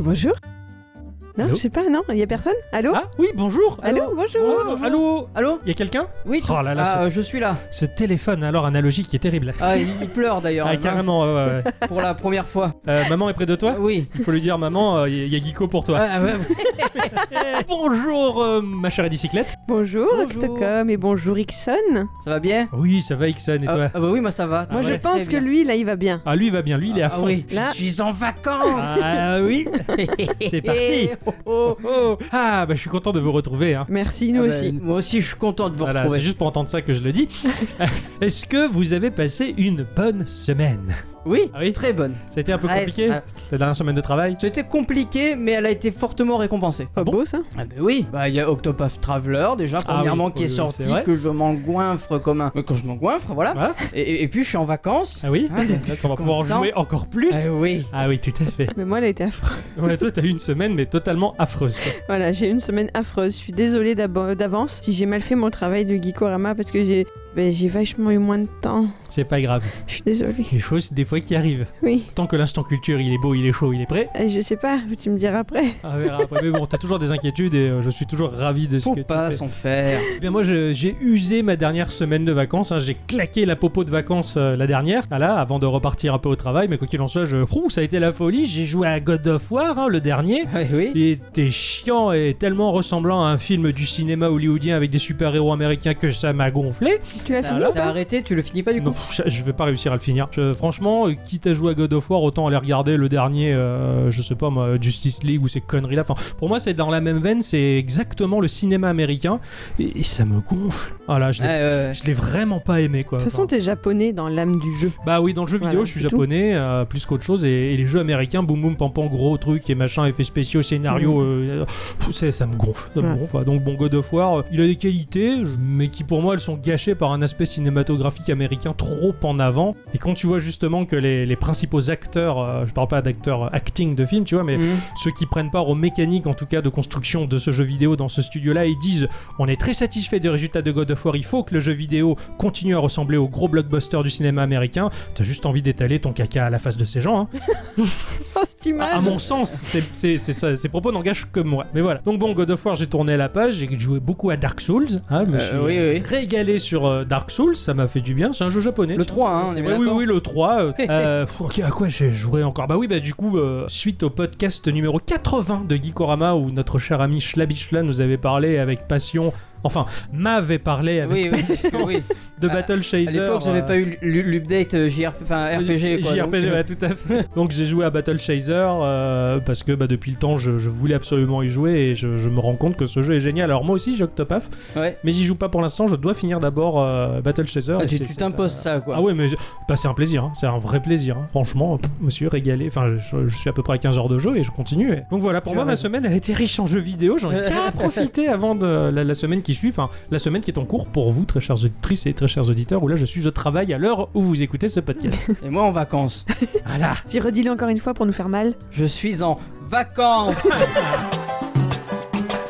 Bonjour. Non, Allô je sais pas, non, il y a personne Allô Ah oui, bonjour. Allô, bonjour. Oh, Allô Allô Il y a quelqu'un Oui Oh là là, Ah, euh, je suis là. Ce téléphone alors analogique qui est terrible. Ah, il il pleure d'ailleurs. Ah, hein, carrément. ouais, ouais, ouais. Pour la première fois. Euh, maman est près de toi Ah, oui. Il faut lui dire maman, il y a Guico pour toi. Ah, ouais, ouais. Eh, bonjour euh, ma chère bicyclette. Bonjour, Bonjour. Octocom et bonjour Ixon. Ça va bien Oui, ça va Ixon et ah, toi ah bah oui, moi ça va. Moi, je Ouais, pense très que bien. lui, là, il va bien. Ah lui va bien, lui il est à Ah fond. oui. Là- Je suis en vacances. Ah oui, c'est parti. Eh, oh, oh. Oh, Ah bah je suis content de vous retrouver. Hein. Merci, nous Ah bah, aussi. moi aussi, je suis content de vous Voilà, c'est retrouver. juste pour entendre ça que je le dis. Est-ce que vous avez passé une bonne semaine Oui, Ah oui très bonne. Ça a été un peu Ah, compliqué ah, la dernière semaine de travail C'était compliqué, mais elle a été fortement récompensée. Pas bon beau, ça Ah bah oui, bah il y a Octopath Traveler déjà Ah premièrement oui, qui est oui, oui, sorti c'est vrai. que je m'en goinfre comme un. Mais Quand je m'en goinfre, voilà. Voilà. Et- Et, et puis je suis en vacances. Ah oui Ah, donc, Là, on va pouvoir content. jouer encore plus. Ah oui. Ah oui, tout à fait. Mais moi, elle a été affreuse. Ouais, toi, t'as eu une semaine, mais totalement affreuse. quoi. Voilà, j'ai eu une semaine affreuse. Je suis désolée d'ab- d'avance si j'ai mal fait mon travail de Geekorama parce que j'ai ben, j'ai vachement eu moins de temps. C'est pas grave. Je suis désolée. Les choses, des fois, qui arrivent. Oui. Tant que l'instant culture, il est beau, il est chaud, il est prêt. Euh, Je sais pas, tu me diras après. On verra Ah après. Mais bon, t'as toujours des inquiétudes et euh, je suis toujours ravi de ce Faut que tu pas fais. s'en faire. Eh bien, moi, je- j'ai usé ma dernière semaine de vacances. hein. J'ai claqué la popo de vacances euh, la dernière, Ah là, avant de repartir un peu au travail. Mais quoi qu'il en soit, je... Ouh, ça a été la folie. J'ai joué à God of War, hein, le dernier. Ah oui. Il était chiant et tellement ressemblant à un film du cinéma hollywoodien avec des super-héros américains que ça m'a gonflé. Tu l'as T'as Ah, fini ou t'as pas arrêté, tu le finis pas du Non, coup pff, je vais pas réussir à le finir. Je- franchement, euh, quitte à jouer à God of War, autant aller regarder le dernier, euh, je sais pas moi, Justice League ou ces conneries-là. Enfin, pour moi, c'est dans la même veine, c'est exactement le cinéma américain et, et ça me gonfle. Voilà, je l'ai, Ah, ouais, ouais. je l'ai vraiment pas aimé quoi. De toute façon, Enfin, t'es japonais dans l'âme du jeu. bah oui, dans le jeu vidéo, Voilà, je suis c'est tout. japonais, euh, plus qu'autre chose, et, et les jeux américains, boum boum pam pam, gros trucs et machin, effets spéciaux, scénario, Mm. euh, pff, c'est- ça me gonfle, ça me Ouais. gonfle. Donc bon, God of War, euh, il a des qualités, je- mais qui pour moi, elles sont gâchées par un aspect cinématographique américain trop en avant. Et quand tu vois justement que les, les principaux acteurs, euh, je parle pas d'acteurs euh, acting de film, tu vois, mais Mhm. ceux qui prennent part aux mécaniques en tout cas de construction de ce jeu vidéo dans ce studio là ils disent on est très satisfait des résultats de God of War il faut que le jeu vidéo continue à ressembler au gros blockbuster du cinéma américain t'as juste envie d'étaler ton caca à la face de ces gens hein. Oh, cette à, à image Ah, mon sens c'est, c'est- c'est ça, ces propos n'engagent que moi mais voilà donc bon God of War j'ai tourné la page j'ai joué beaucoup à Dark Souls hein, je me Euh, suis oui, oui. régalé sur euh, Dark Souls ça m'a fait du bien c'est un jeu japonais Le 3, hein, c'est- on est oui, bien oui, d'accord. oui, le 3. euh, euh, pff, ok, à quoi j'ai joué encore Bah oui, bah du coup, euh, suite au podcast numéro 80 de Geekorama, où notre cher ami Schlabichla nous avait parlé avec passion, enfin, m'avait parlé avec, Oui, oui, oui. de à- Battle Chaser. À l'époque, j'avais pas eu l- l'update euh, JRP, enfin RPG quoi. donc, JRPG, euh, ouais, tout à fait. Donc j'ai joué à Battle Chaser euh, parce que bah, depuis le temps je, je voulais absolument y jouer et je, je me rends compte que ce jeu est génial. Alors moi aussi j'ai Octopath, ouais. mais j'y joue pas pour l'instant. Je dois finir d'abord euh, Battle Chaser. Ah, et tu c'est- tu c'est t'imposes un- ça quoi. ah ouais, mais je- bah, c'est un plaisir, hein. c'est un vrai plaisir. hein. Franchement, pff, je me suis régalé. Enfin, je- je, je suis à peu près à 15 heures de jeu et je continue. et- Donc voilà, pour Tu moi, as ma raison. semaine, elle était riche en jeux vidéo. J'en ai qu'à profiter avant de la, la semaine qui suit, enfin, la semaine qui est en cours pour vous, très chères auditrices et très chers auditeurs, où là, je suis au travail à l'heure où vous écoutez ce podcast. Et moi en vacances. voilà. Si redis-le encore une fois pour nous faire mal. Je suis en vacances.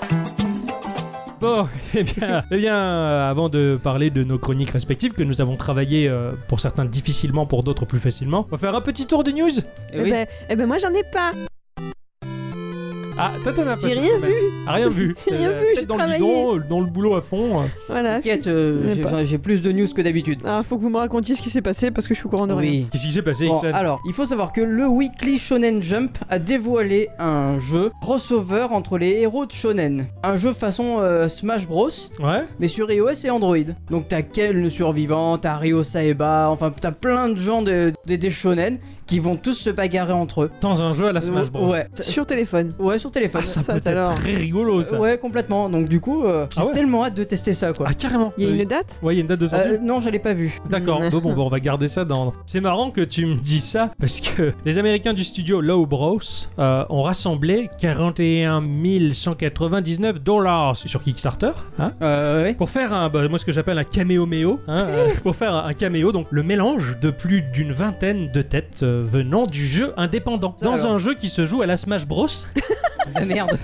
Bon, eh bien, eh bien euh, avant de parler de nos chroniques respectives que nous avons travaillées euh, pour certains difficilement, pour d'autres plus facilement, on va faire un petit tour de news. Et oui. ben, eh ben, moi, j'en ai pas. Ah, toi, t'en as pas J'ai cette rien semaine. vu. Ah, rien vu. J'ai rien Euh, vu, tête j'ai dans travaillé. le bidon, euh, dans le boulot à fond. euh. Voilà. T'inquiète, euh, Même j'ai- pas. j'ai plus de news que d'habitude. Alors, faut que vous me racontiez ce qui s'est passé parce que je suis au courant de rien. Oui. Qu'est-ce qui s'est passé, Bon, Ixon alors, il faut savoir que le Weekly Shonen Jump a dévoilé un jeu crossover entre les héros de shonen. Un jeu façon euh, Smash Bros, Ouais mais sur iOS et Android. Donc t'as Kel le survivant, t'as Ryo Saeba, enfin t'as plein de gens de- de- des shonen qui vont tous se bagarrer entre eux. Dans un jeu à la Ah, Smash Bros. Euh, Ouais. Sur téléphone. Ouais, sur téléphone. Ah, ça, Ça, peut être alors. très rigolo, ça. Euh, ouais, complètement. Donc du coup, euh, j'ai Ah ouais. tellement hâte de tester ça quoi. Ah, carrément. Il y a Euh, une date Ouais, il y a une date de sortie. Euh, non, je l'ai pas vu. D'accord, Mm. bon, bon, bon, on va garder ça dans. C'est marrant que tu me dis ça parce que les Américains du studio Low Bros euh, ont rassemblé 41 199 dollars sur Kickstarter. Hein Euh, ouais. pour faire un, bah, moi ce que j'appelle un caméo méo, hein, euh, pour faire un caméo, donc le mélange de plus d'une vingtaine de têtes euh, venant du jeu indépendant, Ça dans alors. un jeu qui se joue à la Smash Bros. Ah, merde.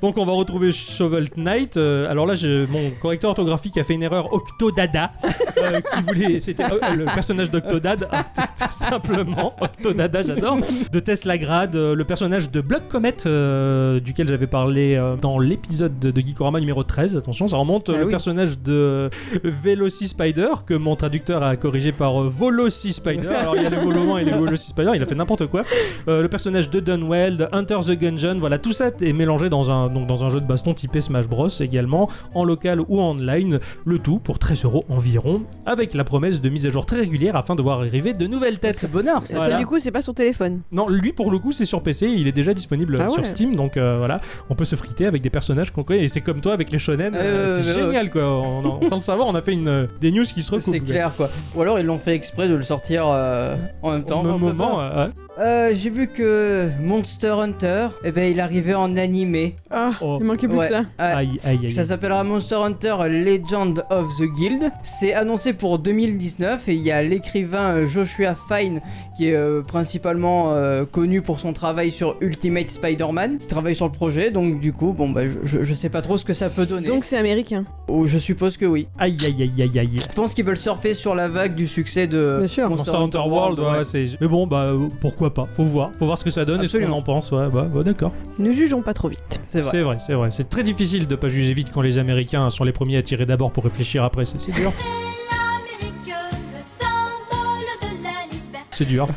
donc on va retrouver Shovel Knight. euh, alors là, j'ai- mon correcteur orthographique a fait une erreur octodada. euh, qui voulait. C'était euh, le personnage d'Octodad, hein, tout, tout simplement. Octodada, j'adore. De Tess Lagrade, euh, le personnage de Blood Comet, euh, duquel j'avais parlé euh, dans l'épisode de, de Geekorama numéro 13. Attention, ça remonte. euh, Ah le oui. personnage de Veloci Spider, que mon traducteur a corrigé par euh, Voloci Spider. Alors il y a les Volovent et les Voloci Spider, il a fait n'importe quoi. Euh, le personnage de Dunwell, de Hunter the Gungeon, voilà, tout ça est mélangé dans un, donc dans un jeu de baston typé Smash Bros également, en local ou en online, le tout pour 13 euros environ, avec la promesse de mise à jour très régulière afin de voir arriver de nouvelles têtes. C'est bonheur, ça. Ça, Voilà. du coup, c'est pas sur téléphone. Non, lui pour le coup c'est sur PC, il est déjà disponible Ah sur ouais. Steam, donc euh, voilà, on peut se friter avec des personnages qu'on connaît, et c'est comme toi avec les shonen, Euh, euh, c'est ouais, ouais. génial quoi, On- on- sans le savoir on a fait une, euh, des news qui se recoupent. C'est clair quoi. Ou alors ils l'ont fait exprès de le sortir euh, en même temps. Au même On peut moment, pas. euh, ouais. Euh, j'ai vu que Monster Hunter, eh ben il arrivait en animé. Ah, Oh. il manquait plus Ouais. que ça. Ah, aïe aïe aïe. Ça s'appellera Monster Hunter Legend of the Guild. C'est annoncé pour 2019 et il y a l'écrivain euh, Joshua Fine qui est euh, principalement euh, connu pour son travail sur Ultimate Spider-Man qui travaille sur le projet. Donc du coup, bon bah je, je- je sais pas trop ce que ça peut donner. Donc c'est américain, Oh, je suppose que oui. Aïe aïe aïe aïe aïe. Je pense qu'ils veulent surfer sur la vague du succès de bien sûr. Monster Hunter World, ouais, c'est- Mais bon, bah euh, pourquoi pas Faut voir, faut voir ce que ça donne et ce Absolument. qu'on en pense. Ouais, bah, bah, d'accord. Ne jugeons pas trop vite. C'est vrai. C'est vrai, c'est vrai. C'est très difficile de pas juger vite quand les Américains sont les premiers à tirer d'abord pour réfléchir après. C'est c'est dur. Amérique, le symbole de la liberté. C'est dur.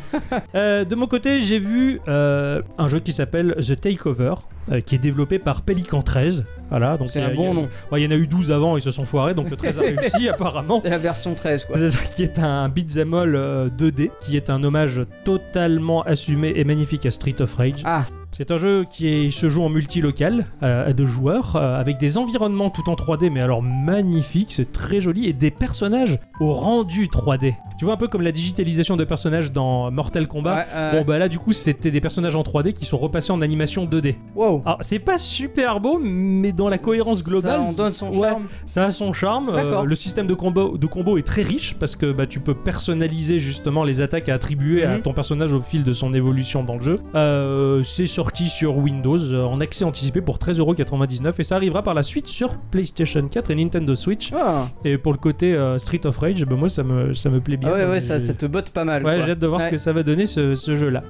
Euh, de mon côté, j'ai vu euh, un jeu qui s'appelle The Takeover, euh, qui est développé par Pelican 13. Voilà, donc C'est il y a- un bon il y a- nom. Ouais, Il y en a eu 12 avant, ils se sont foirés, donc le 13 a réussi apparemment. C'est la version 13 quoi. C'est ça qui est un beat'em all euh, 2D, qui est un hommage totalement assumé et magnifique à Street of Rage. Ah. C'est un jeu qui est- se joue en multilocal euh, à deux joueurs, euh, avec des environnements tout en 3D, mais alors magnifique, c'est très joli, et des personnages au rendu 3D. Tu vois un peu comme la digitalisation de personnages dans Mortal Kombat. Ouais, euh, Bon bah là du coup c'était des personnages en 3D qui sont repassés en animation 2D. wow. Alors c'est pas super beau mais dans la cohérence globale Ça en donne son ouais, charme. ça a son charme. D'accord. Euh, le système de combo, de combo est très riche parce que bah, tu peux personnaliser justement les attaques à attribuer à Mhm. ton personnage au fil de son évolution dans le jeu. Euh, c'est sorti sur Windows euh, en accès anticipé pour 13,99€ et ça arrivera par la suite sur PlayStation 4 et Nintendo Switch. Ah. Et pour le côté euh, Street of Rage, bah, moi ça me, ça me plaît bien. Ah ouais, Donc, ouais, ça, j'ai- ça te botte pas mal. Ouais, quoi. j'ai hâte de voir ce Ouais. que ça va donner ce, ce jeu-là.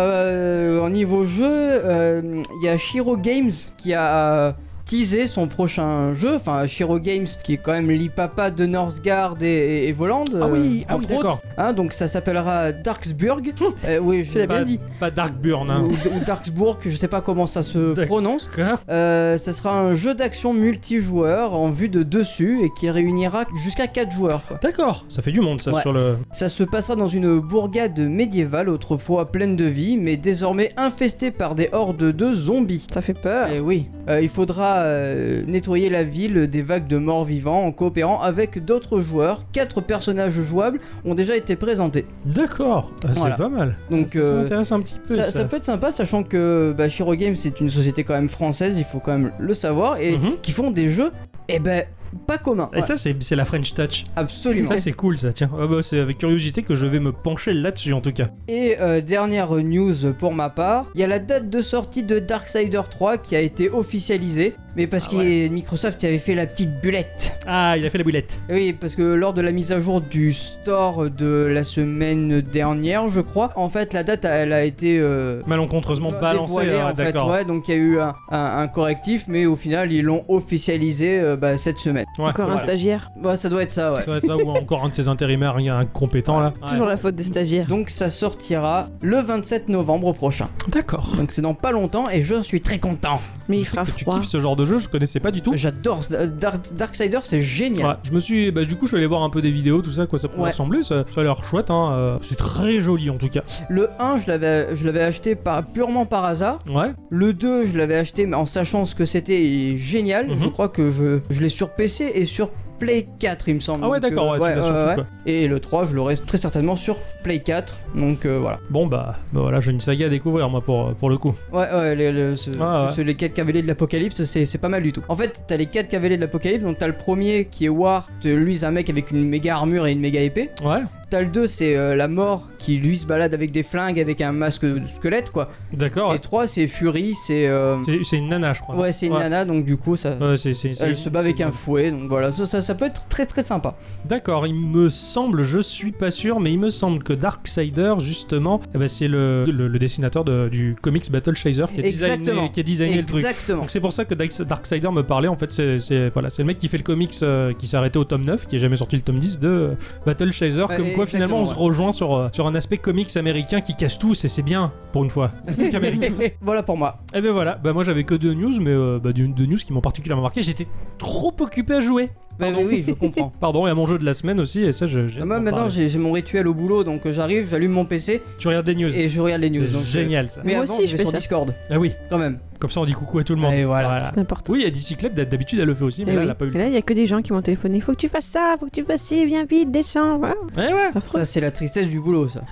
Euh, en niveau jeu, euh, il y a Shiro Games qui a euh, teasé son prochain jeu. Enfin, Shiro Games qui est quand même l'ipapa de Northgard et, et, et Voland. Ah oui, euh, ah oui, entre autres. d'accord. Hum, Hein, donc ça s'appellera Darksburg. Euh, oui, je Tu l'as Pas, bien dit. pas Darkburn, hein. ou, ou Darksburg, je sais pas comment ça se D'accord. prononce. Euh, ça sera un jeu d'action multijoueur en vue de dessus et qui réunira jusqu'à 4 joueurs. quoi. D'accord, ça fait du monde ça Ouais. sur le. Ça se passera dans une bourgade médiévale autrefois pleine de vie, mais désormais infestée par des hordes de zombies. Ça fait Ah. peur. Eh oui, Euh, il faudra euh, nettoyer la ville des vagues de morts vivants en coopérant avec d'autres joueurs. Quatre personnages jouables ont déjà été présentés. D'accord, Ah, c'est Voilà. pas mal. Donc Ah, ça, ça euh, m'intéresse un petit peu. ça, Ça, ça peut être sympa, sachant que bah, Shiro Games c'est une société quand même française, il faut quand même le savoir, et Mhm. qui font des jeux, eh ben, pas communs. Et ça, c'est c'est la French Touch. Ouais, absolument. Ça, c'est cool, ça. Tiens, Ah bah, c'est avec curiosité que je vais me pencher là-dessus en tout cas. Et euh, dernière news pour ma part, il y a la date de sortie de Darksider 3 qui a été officialisée, mais parce Ah que Microsoft y avait fait la petite bulette. Ah, il a fait la boulette. Et Oui, parce que lors de la mise à jour du store de la semaine dernière, je crois, en fait la date elle a été euh, Malencontreusement balancé, dévoilée, ah, en fait, d'accord. ouais, donc il y a eu un, un- un correctif, mais au final ils l'ont officialisé euh, bah, cette semaine. Ouais, Encore un voilà. stagiaire. Bah, ça doit être ça, ouais. Ça, ça, ou encore un de ces intérimaires il y a un compétent là. Ouais. Toujours la faute des stagiaires. Donc ça sortira le 27 novembre prochain. D'accord. Donc c'est dans pas longtemps et je suis très content. Mais il Je sais fera que tu froid. kiffes ce genre de jeu, je connaissais pas du tout. J'adore euh, Dark, Darksider, c'est génial. Ouais, je me suis, bah, du coup, je suis allé voir un peu des vidéos, tout ça, quoi, ça pouvait Ouais. ressembler, ça, ça a l'air chouette, hein. euh, c'est très joli en tout cas. Le 1, je l'avais, je l'avais acheté par, purement par hasard. Ouais. Le 2, je l'avais acheté mais en sachant ce que c'était il est génial. Mhm. Je crois que je, je l'ai sur PC et sur Play 4, il me semble. Ah ouais, Donc, d'accord, euh, ouais, tu l'as surtout, quoi. Et le 3, je l'aurai très certainement sur Play 4. Donc euh, voilà. Bon bah, bah voilà, j'ai une saga à découvrir moi pour, euh, pour le coup. Ouais, ouais, les, les- ce- Ah ouais. ce- les 4 cavaliers de l'Apocalypse, c'est c'est pas mal du tout. En fait, t'as les 4 cavaliers de l'Apocalypse, donc t'as le premier qui est War, t'es- lui, c'est un mec avec une méga armure et une méga épée. Ouais. T'as le 2, c'est euh, la mort qui lui se balade avec des flingues, avec un masque de squelette quoi. D'accord. Et 3 c'est Fury, c'est... euh, C'est c'est une nana, je crois. Ouais c'est une nana donc du coup ça... Ouais, c'est- c'est- c'est- Elle se bat avec c'est- un fouet, donc voilà, ça, ça, ça peut être très très sympa. D'accord, il me semble, je suis pas sûr, mais il me semble que Darksider, justement, eh ben, c'est le, le- le dessinateur de- du comics Battle Chaser qui a designé, Exactement. qui a designé le truc. Exactement. Donc c'est pour ça que Darks- Darksider me parlait, en fait, c'est c'est- voilà, c'est le mec qui fait le comics euh, qui s'est arrêté au tome 9, qui est jamais sorti le tome 10 de euh, Battle Chaser, comme Ouais, quoi exactement, finalement on se ouais. rejoint sur, euh, sur un aspect comics américain qui casse tous, et c'est bien, pour une fois. Le comic américain. voilà pour moi. et ben voilà, bah moi j'avais que deux news, mais euh, bah, deux deux news qui m'ont particulièrement marqué, j'étais trop occupé à jouer. Bah, Pardon. oui, je comprends. Pardon, et à mon jeu de la semaine aussi, et ça, je. j'ai- Ah, Moi on maintenant parlait. j'ai j'ai mon rituel au boulot, donc euh, j'arrive, j'allume mon PC Tu regardes des news. et je regarde les news. Donc, euh, Génial ça. Mais Moi avant, aussi, je vais fais sur ça. Discord, Ah oui, quand même. comme ça on dit coucou à tout le monde. Et voilà. C'est important. Oui, à bicyclette d'habitude elle le fait aussi, mais Eh là oui. elle a pas eu Et le là, il y a que des gens qui m'ont téléphoné. Faut que tu fasses ça, faut que tu fasses ci, viens vite, descends. Voilà. temps. Eh ouais, Affreux. Ça, c'est la tristesse du boulot, ça.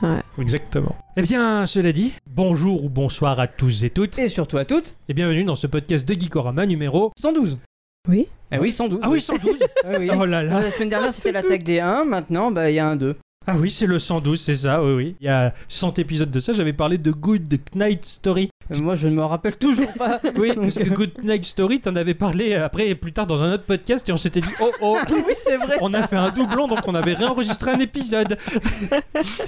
exactement. Eh bien, cela dit, bonjour ou bonsoir à tous et toutes, Et surtout à toutes, et bienvenue dans ce podcast de Geekorama numéro. 112. Oui. Eh oui, 112. Ah oui, 112 Ah oui. Oh là là La semaine dernière, c'était l'attaque des 1, maintenant, bah, il y a un 2. Ah oui, c'est le 112, c'est ça, oui, oui. Il y a 100 épisodes de ça, j'avais parlé de Good Night Story. Moi, je ne me rappelle toujours pas. Oui, Donc, parce que Good Night Story, t'en avais parlé après, plus tard dans un autre podcast, et on s'était dit, oh oh oui, c'est vrai. On ça. a fait un doublon, donc on avait réenregistré un épisode.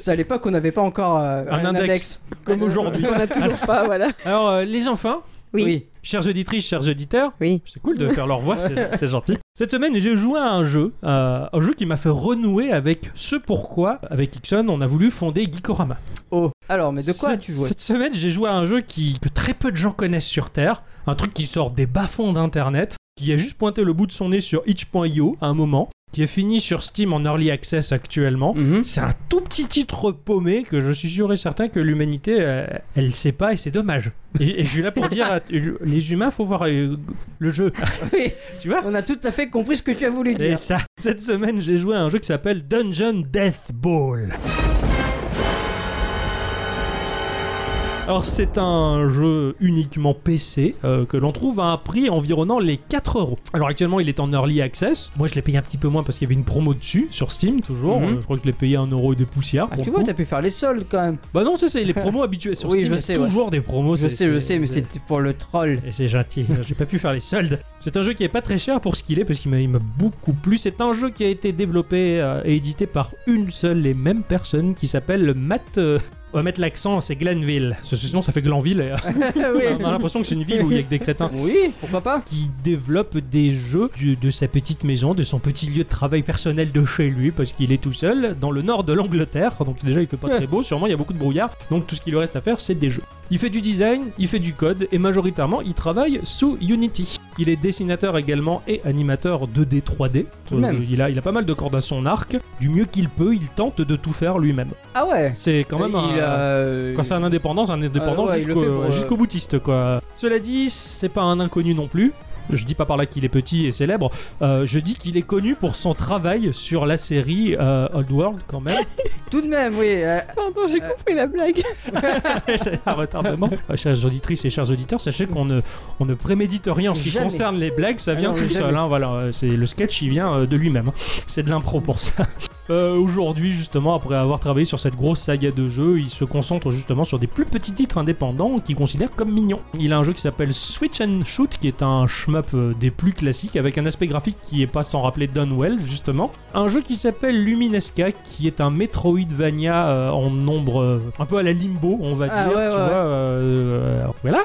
C'est à l'époque qu'on n'avait pas encore euh, Un index, comme aujourd'hui. On a toujours pas, voilà. Alors, euh, les enfants, Oui. Oui. chers auditrices, chers auditeurs, Oui. c'est cool de faire leur voix, c'est c'est gentil. Cette semaine, j'ai joué à un jeu, euh, un jeu qui m'a fait renouer avec ce pourquoi, avec Ixon, on a voulu fonder Geekorama. Oh. Alors, mais de quoi Cette- as-tu joué Cette semaine, j'ai joué à un jeu qui, que très peu de gens connaissent sur Terre, un truc qui sort des bas-fonds d'Internet, qui a juste pointé le bout de son nez sur itch.io à un moment, qui est fini sur Steam en Early Access actuellement. Mhm. C'est un tout petit titre paumé que je suis sûr et certain que l'humanité, euh, elle sait pas et c'est dommage. Et, et je suis là pour dire, à- les humains, faut voir euh, le jeu, Oui, tu vois on a tout à fait compris ce que tu as voulu et dire. ça, cette semaine, j'ai joué à un jeu qui s'appelle Dungeon Death Ball. Alors c'est un jeu uniquement PC euh, que l'on trouve à un prix environnant les 4 euros. Alors actuellement il est en early access. Moi je l'ai payé un petit peu moins parce qu'il y avait une promo dessus sur Steam toujours. Mhm. Euh, je crois que je l'ai payé 1 euro et des poussières. Ah, pour tu le vois, coup. t'as pu faire les soldes quand même. Bah non, c'est ça, les promos habitués sur Oui, Steam, je il y a sais, toujours des promos. Je c'est- sais, je c'est- sais, mais c'est- c'était pour le troll. Et c'est gentil, j'ai pas pu faire les soldes. C'est un jeu qui est pas très cher pour ce qu'il est, parce qu'il m'a il m'a beaucoup plu. C'est un jeu qui a été développé euh, et édité par une seule et même personne qui s'appelle Matt. euh, on va mettre l'accent, c'est Glenville. Parce que Sinon, ça fait Glanville. et, euh, on a l'impression que c'est une ville où il y a que des crétins. Oui, pourquoi pas Qui développe des jeux du- de sa petite maison, de son petit lieu de travail personnel de chez lui, parce qu'il est tout seul dans le nord de l'Angleterre. Donc, déjà, il fait pas très beau. Sûrement, il y a beaucoup de brouillard. Donc, tout ce qu'il lui reste à faire, c'est des jeux. Il fait du design, il fait du code et majoritairement il travaille sous Unity. Il est dessinateur également et animateur 2D 3D. Tout de même. Euh, il, a, il a pas mal de cordes à son arc. Du mieux qu'il peut, il tente de tout faire lui-même. Ah ouais C'est quand même un- Il euh, a- Quand c'est un indépendant, c'est un indépendant Ah ouais, il le jusqu'au fait pour, euh, jusqu'au boutiste quoi. Cela dit, c'est pas un inconnu non plus. Je dis pas par là qu'il est petit et célèbre. Euh, je dis qu'il est connu pour son travail sur la série euh, Old World quand même. Tout de même, oui. euh, Pardon, j'ai compris la blague. C'est un retardement. Euh, Chères auditrices et chers auditeurs, sachez qu'on ne, on ne prémédite rien en ce qui Jamais. concerne les blagues, ça Ah vient non, tout jamais. seul. hein, voilà, Euh, c'est le sketch, il vient euh, de lui-même. hein. C'est de l'impro pour ça. Euh, Aujourd'hui, justement, après avoir travaillé sur cette grosse saga de jeux, il se concentre justement sur des plus petits titres indépendants qu'il considère comme mignons. Il a un jeu qui s'appelle Switch and Shoot, qui est un shmup euh, des plus classiques, avec un aspect graphique qui est pas sans rappeler Dunwell, justement. Un jeu qui s'appelle Luminesca, qui est un Metroidvania euh, en nombre euh, un peu à la Limbo, on va Ah, dire, ouais, tu vois. ouais, ouais. euh, euh, voilà.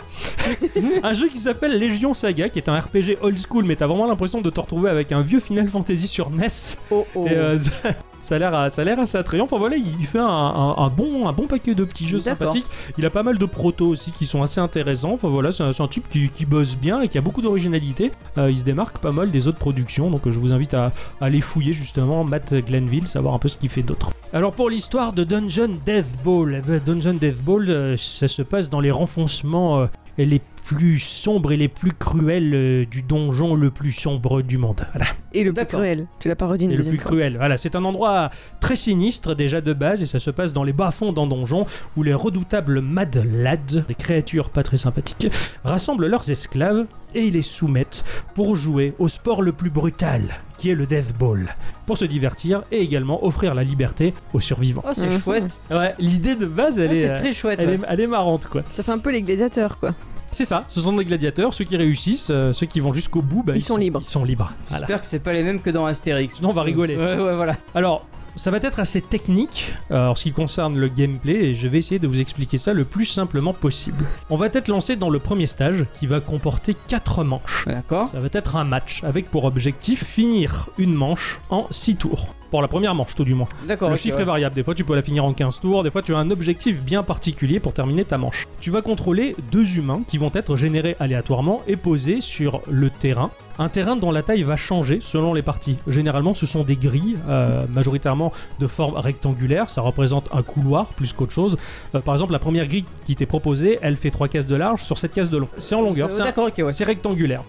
un jeu qui s'appelle Légion Saga, qui est un RPG old school, mais t'as vraiment l'impression de te retrouver avec un vieux Final Fantasy sur E NES. Oh oh. Et, euh, ça- ça a l'air ça a l'air assez attrayant. Enfin voilà, il il fait un, un- un bon, un bon paquet de petits jeux D'accord. sympathiques. Il a pas mal de protos aussi qui sont assez intéressants. Enfin voilà, c'est un, c'est un type qui, qui bosse bien et qui a beaucoup d'originalité. Euh, il se démarque pas mal des autres productions, donc euh, je vous invite à, à aller fouiller justement Matt Glenville, savoir un peu ce qu'il fait d'autre. Alors pour l'histoire de Dungeon Death Ball, eh ben, Dungeon Death Ball, euh, ça se passe dans les renfoncements euh, les plus sombres et les plus cruels euh, du donjon le plus sombre du monde. Voilà. Et le plus D'accord. cruel. Tu l'as parodié une Et le deuxième plus fois. cruel. Voilà, c'est un endroit très sinistre déjà de base et ça se passe dans les bas-fonds d'un donjon où les redoutables Mad Lads, des créatures pas très sympathiques, rassemblent leurs esclaves et ils les soumettent pour jouer au sport le plus brutal, qui est le Death Ball, pour se divertir et également offrir la liberté aux survivants. Oh, c'est Mhm. chouette. Ouais, l'idée de base, elle Ah, Ouais, est, c'est euh, très chouette. elle ouais. est, elle est marrante, quoi. Ça fait un peu les gladiateurs, quoi. C'est ça, ce sont des gladiateurs, ceux qui réussissent, euh, ceux qui vont jusqu'au bout, bah, Ils sont libres. Ils sont libres. Voilà. J'espère que c'est pas les mêmes que dans Astérix. Sinon, on va rigoler. Ouais, ouais, voilà. Alors, ça va être assez technique euh, en ce qui concerne le gameplay et je vais essayer de vous expliquer ça le plus simplement possible. On va être lancé dans le premier stage qui va comporter 4 manches. D'accord. Ça va être un match avec pour objectif finir une manche en 6 tours. Pour la première manche tout du moins. D'accord. le ok, chiffre ouais. est variable, des fois tu peux la finir en 15 tours, des fois tu as un objectif bien particulier pour terminer ta manche. Tu vas contrôler deux humains qui vont être générés aléatoirement et posés sur le terrain. Un terrain dont la taille va changer selon les parties. Généralement ce sont des grilles, euh, majoritairement de forme rectangulaire, ça représente un couloir plus qu'autre chose. Euh, par exemple la première grille qui t'est proposée, elle fait 3 cases de large sur 7 cases de long. C'est en longueur, Ouais, c'est un- D'accord, ok, ouais. c'est rectangulaire.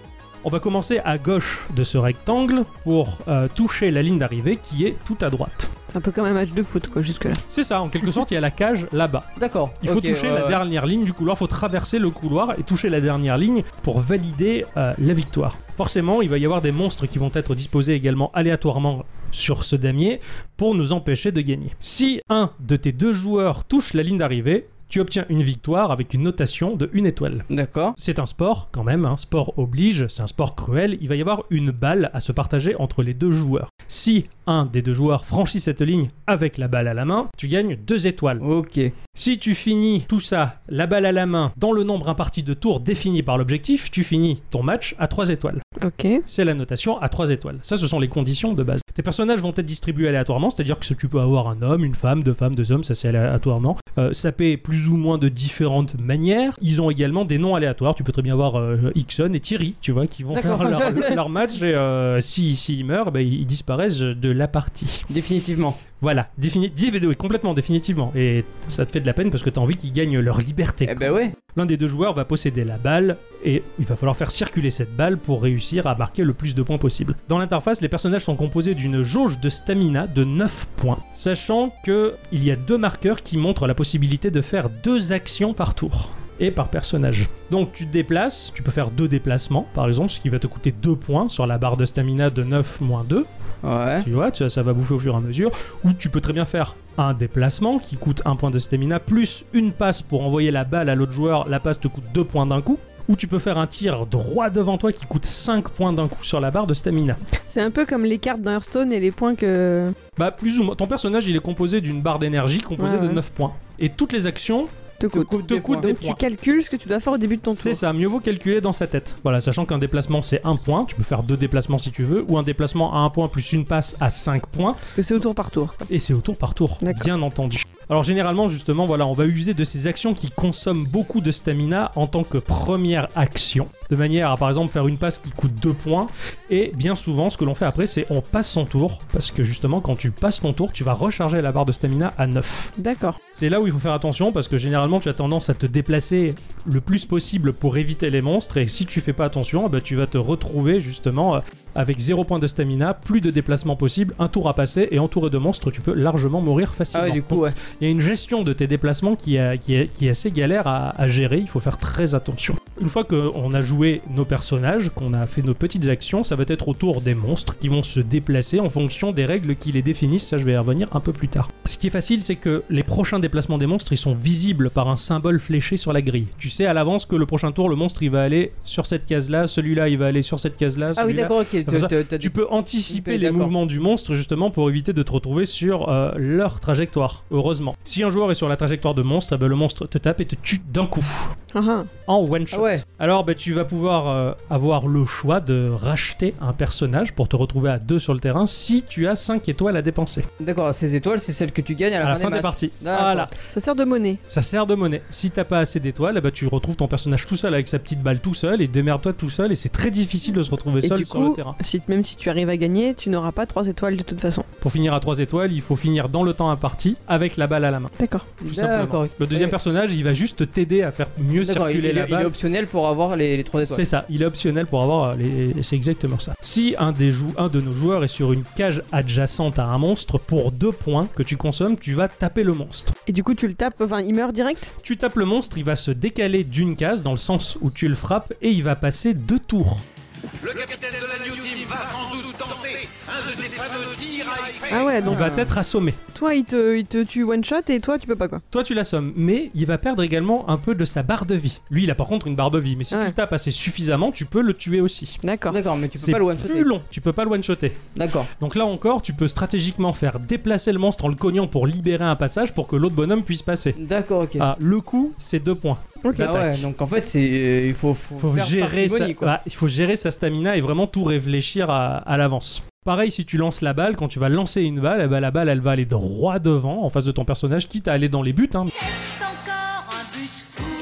On va commencer à gauche de ce rectangle pour euh, toucher la ligne d'arrivée qui est tout à droite. Un peu comme un match de foot, quoi, jusque-là. C'est ça, en quelque sorte, il y a la cage là-bas. D'accord. Il faut ok, toucher ouais, la ouais. dernière ligne du couloir, il faut traverser le couloir et toucher la dernière ligne pour valider euh, la victoire. Forcément, il va y avoir des monstres qui vont être disposés également aléatoirement sur ce damier pour nous empêcher de gagner. Si un de tes deux joueurs touche la ligne d'arrivée, tu obtiens une victoire avec une notation de une étoile. D'accord. C'est un sport quand même, un sport oblige, c'est un sport cruel, il va y avoir une balle à se partager entre les deux joueurs. Si un des deux joueurs franchit cette ligne avec la balle à la main, tu gagnes deux étoiles. Ok. Si tu finis tout ça, la balle à la main, dans le nombre imparti de tours défini par l'objectif, tu finis ton match à trois étoiles Ok. c'est la notation à 3 étoiles. Ça, ce sont les conditions de base. Tes personnages vont être distribués aléatoirement, c'est-à-dire que tu peux avoir un homme, une femme, deux femmes, deux hommes, ça c'est aléatoirement. Euh, sapés plus ou moins de différentes manières. Ils ont également des noms aléatoires. Tu peux très bien avoir euh, Ixon et Thierry, tu vois, qui vont D'accord. faire leur, leur match et euh, si- s'ils meurent, ben, ils disparaissent de la partie. Définitivement. Voilà, Défini dé- oui, complètement, définitivement. Et ça te fait de la peine parce que t'as envie qu'ils gagnent leur liberté. Eh quoi. ben ouais. L'un des deux joueurs va posséder la balle et il va falloir faire circuler cette balle pour réussir à marquer le plus de points possible. Dans l'interface, les personnages sont composés d'une jauge de stamina de 9 points, sachant que il y a deux marqueurs qui montrent la possibilité de faire deux actions par tour et par personnage. Donc tu te déplaces, tu peux faire deux déplacements par exemple, ce qui va te coûter 2 points sur la barre de stamina de 9 moins 2. Ouais. Tu vois, ça, ça va bouffer au fur et à mesure. Ou tu peux très bien faire un déplacement qui coûte un point de stamina, plus une passe pour envoyer la balle à l'autre joueur. La passe te coûte deux points d'un coup. Ou tu peux faire un tir droit devant toi qui coûte 5 points d'un coup sur la barre de stamina. C'est un peu comme les cartes dans Hearthstone et les points que. Bah, plus ou moins. Ton personnage, il est composé d'une barre d'énergie composée Ouais, ouais. de 9 points. Et toutes les actions te te, coûtent. cou- te des coûtent points. des Donc points. tu calcules ce que tu dois faire au début de ton C'est tour. ça, mieux vaut calculer dans sa tête. Voilà, sachant qu'un déplacement c'est un point, tu peux faire deux déplacements si tu veux, ou un déplacement à un point plus une passe à 5 points. Parce que c'est au tour par tour. quoi. et c'est au tour par tour, D'accord. bien entendu. Alors généralement justement voilà on va user de ces actions qui consomment beaucoup de stamina en tant que première action, de manière à par exemple faire une passe qui coûte 2 points et bien souvent ce que l'on fait après c'est on passe son tour parce que justement quand tu passes ton tour tu vas recharger la barre de stamina à 9. D'accord. C'est là où il faut faire attention parce que généralement tu as tendance à te déplacer le plus possible pour éviter les monstres et si tu fais pas attention, eh ben, tu vas te retrouver justement euh, avec 0 point de stamina, plus de déplacement possible, un tour à passer et entouré de monstres tu peux largement mourir facilement. Ah ouais, du coup, ouais. Il y a une gestion de tes déplacements qui, est- qui est- qui est assez galère à, à gérer, il faut faire très attention. Une fois qu'on a joué nos personnages, qu'on a fait nos petites actions, ça va être au tour des monstres qui vont se déplacer en fonction des règles qui les définissent, ça je vais y revenir un peu plus tard. Ce qui est facile, c'est que les prochains déplacements des monstres, ils sont visibles par un symbole fléché sur la grille. Tu sais à l'avance que le prochain tour, le monstre, il va aller sur cette case-là, celui-là, il va aller sur cette case-là, Ah oui, celui-là, d'accord, ok. t'as- Comme ça, t'as- t'as tu des- peux anticiper Oui, les d'accord. mouvements du monstre justement pour éviter de te retrouver sur euh, leur trajectoire, heureusement. Si un joueur est sur la trajectoire de monstre, eh ben, le monstre te tape et te tue d'un coup, Ah, ah. en one shot. Ah ouais. Alors ben, tu vas pouvoir euh, avoir le choix de racheter un personnage pour te retrouver à deux sur le terrain si tu as 5 étoiles à dépenser D'accord, ces étoiles, c'est celles que tu gagnes à à la, la fin des des matchs. parties. D'accord. Voilà, Ça sert de monnaie. ça sert de monnaie. Si t'as pas assez d'étoiles, eh ben, tu retrouves ton personnage tout seul avec sa petite balle tout seul et démerde-toi tout seul et c'est très difficile de se retrouver Et seul du sur le coup, terrain. si- même si tu arrives à gagner, tu n'auras pas 3 étoiles de toute façon. Pour finir à 3 étoiles, il faut finir dans le temps imparti avec la balle à la main. D'accord. tout simplement. D'accord. Le deuxième Ouais. personnage, il va juste t'aider à faire mieux mieux D'accord, il, circuler il- la il est balle. optionnel pour avoir les, les 3 étoiles. C'est ça, il est optionnel pour avoir les... et C'est exactement ça. Si un, des jou- un de nos joueurs est sur une cage adjacente à un monstre, pour deux points que tu consommes, tu vas taper le monstre. Et du coup, tu le tapes, enfin, il meurt direct Tu tapes le monstre, il va se décaler d'une case dans le sens où tu le frappes et il va passer deux tours. Le capitaine de la New Team va sans doute tenter un de ces fameux tirs à effet. Ah ouais, Il donc va être assommé. toi, il te, il te tue one shot et toi, tu peux pas quoi. Toi, tu l'assommes, mais il va perdre également un peu de sa barre de vie. Lui, il a par contre une barre de vie, mais si Ouais. tu le tapes assez suffisamment, tu peux le tuer aussi. D'accord. D'accord, mais tu peux C'est pas le one plus long, tu peux pas le one-shotter. D'accord. Donc là encore, tu peux stratégiquement faire déplacer le monstre en le cognant pour libérer un passage pour que l'autre bonhomme puisse passer. D'accord, ok. Ah, le coup, c'est deux points. Ok. Ah ouais, L'attaque. donc en fait, c'est euh, il faut, faut, faut faire gérer Ah, sa, parcimonie, quoi. ouais, il faut gérer sa stamina et vraiment tout réfléchir à, à l'avance. Pareil, si tu lances la balle, quand tu vas lancer une balle, eh ben, la balle elle va aller droit devant, en face de ton personnage, quitte à aller dans les buts. Hein. C'est encore un but pour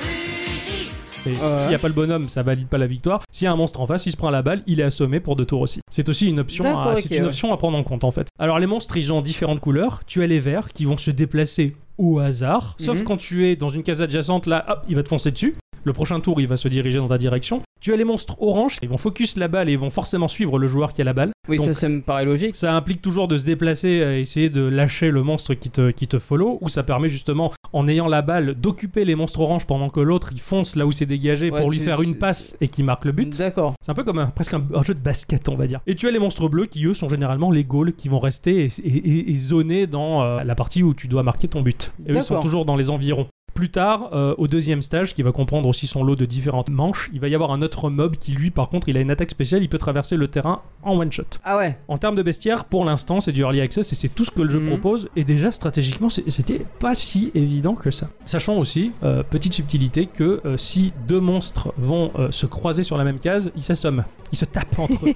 Rudy. Et s'il n'y a pas le bonhomme, ça valide pas la victoire. S'il y a un monstre en face, il se prend la balle, il est assommé pour deux tours aussi. C'est aussi une option, à, D'accord, c'est ok, une ouais. option à prendre en compte en fait. Alors les monstres, ils ont différentes couleurs. Tu as les verts qui vont se déplacer au hasard, sauf Mhm. quand tu es dans une case adjacente, là, hop, il va te foncer dessus. Le prochain tour, il va se diriger dans ta direction. Tu as les monstres orange, ils vont focus la balle et ils vont forcément suivre le joueur qui a la balle. Oui, Donc- ça, ça me paraît logique. Ça implique toujours de se déplacer, euh, essayer de lâcher le monstre qui te, qui te follow, ou ça permet justement, en ayant la balle, d'occuper les monstres oranges pendant que l'autre il fonce là où c'est dégagé Ouais, pour lui c'est- faire une c'est- passe et qui marque le but. D'accord. C'est un peu comme un- presque un, un jeu de basket, on va dire. Et tu as les monstres bleus qui, eux, sont généralement les goals qui vont rester et, et- et- et zoner dans euh, la partie où tu dois marquer ton but. Et eux D'accord. sont toujours dans les environs. Plus tard, euh, au deuxième stage, qui va comprendre aussi son lot de différentes manches, il va y avoir un autre mob qui, lui, par contre, il a une attaque spéciale, il peut traverser le terrain en one shot. Ah ouais. En termes de bestiaire, pour l'instant, c'est du early access et c'est tout ce que le jeu Mhm. propose. Et déjà, stratégiquement, c'est- c'était pas si évident que ça. Sachant aussi, euh, petite subtilité, que euh, si deux monstres vont euh, se croiser sur la même case, ils s'assomment, ils se tapent entre eux.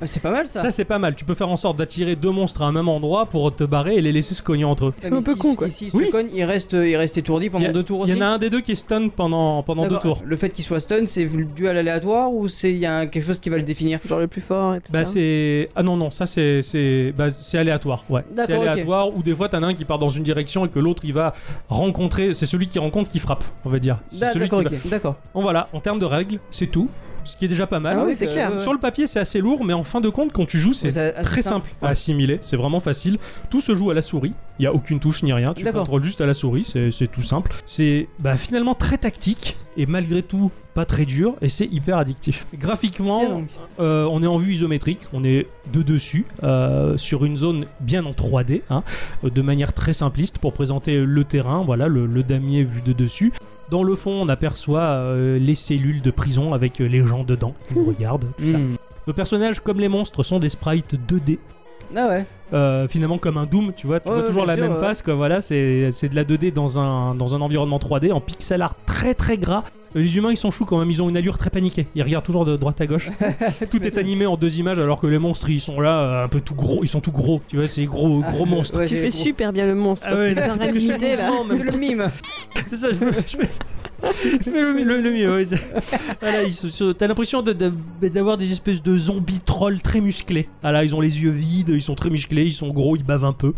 Ah, C'est pas mal ça. ça, c'est pas mal. Tu peux faire en sorte d'attirer deux monstres à un même endroit pour te barrer et les laisser se cogner entre eux. C'est Ah, mais un peu s'il- con, quoi. s'il Oui. se cogne, il reste, il reste étourdi pendant Y a- deux tours Il aussi. y en a un des deux qui est stun pendant, pendant deux D'accord. tours. Le fait qu'il soit stun, c'est dû à l'aléatoire ou c'est il y a un- quelque chose qui va le définir Genre le plus fort, etc. Bah c'est ah non non ça c'est c'est bah, c'est aléatoire ouais c'est D'accord, ok. aléatoire ou des fois t'en as un qui part dans une direction et que l'autre il va rencontrer c'est celui qui rencontre qui frappe on va dire C'est Da- celui Bah, D'accord, qui va- ok. D'accord. Bon, voilà en termes de règles c'est tout ce qui est déjà pas mal Ah oui, ouais, c'est ça- clair. ouais, ouais. sur le papier c'est assez lourd mais en fin de compte quand tu joues c'est Ouais, assez très simple à assimiler c'est vraiment facile tout se joue à la souris il y a aucune touche ni rien tu D'accord. contrôles juste à la souris c'est c'est tout simple c'est bah, finalement très tactique et malgré tout pas très dur et c'est hyper addictif graphiquement Ok, donc. euh, on est en vue isométrique, on est de dessus, euh, sur une zone bien en 3D, hein, euh, de manière très simpliste pour présenter le terrain, voilà, le, le damier vu de dessus. Dans le fond, on aperçoit euh, les cellules de prison avec euh, les gens dedans qui nous regardent. tout ça. Hmm. Nos personnages, comme les monstres, sont des sprites 2D. Ah ouais. euh, finalement comme un Doom, tu vois, tu Ouais, vois ouais, toujours la bien sûr, même ouais. face, quoi, voilà, c'est c'est de la 2D dans un, dans un environnement 3D, en pixel art très très gras. Les humains ils sont chou quand même, ils ont une allure très paniquée, ils regardent toujours de droite à gauche tout est animé en deux images alors que les monstres ils sont là euh, un peu tout gros ils sont tout gros tu vois c'est gros Ah, gros monstres ouais, Tu j'ai- fais super bien le monstre. Ah parce que ouais, t'as parce rien que je fais d'idée, le là. mouvement en même Le mime. c'est ça je fais, je fais- je fais le, mi- le- le mieux ouais, c'est- voilà, ils sont- sont- t'as l'impression de- de- d'avoir des espèces de zombies trolls très musclés voilà ils ont les yeux vides ils sont très musclés ils sont gros ils bavent un peu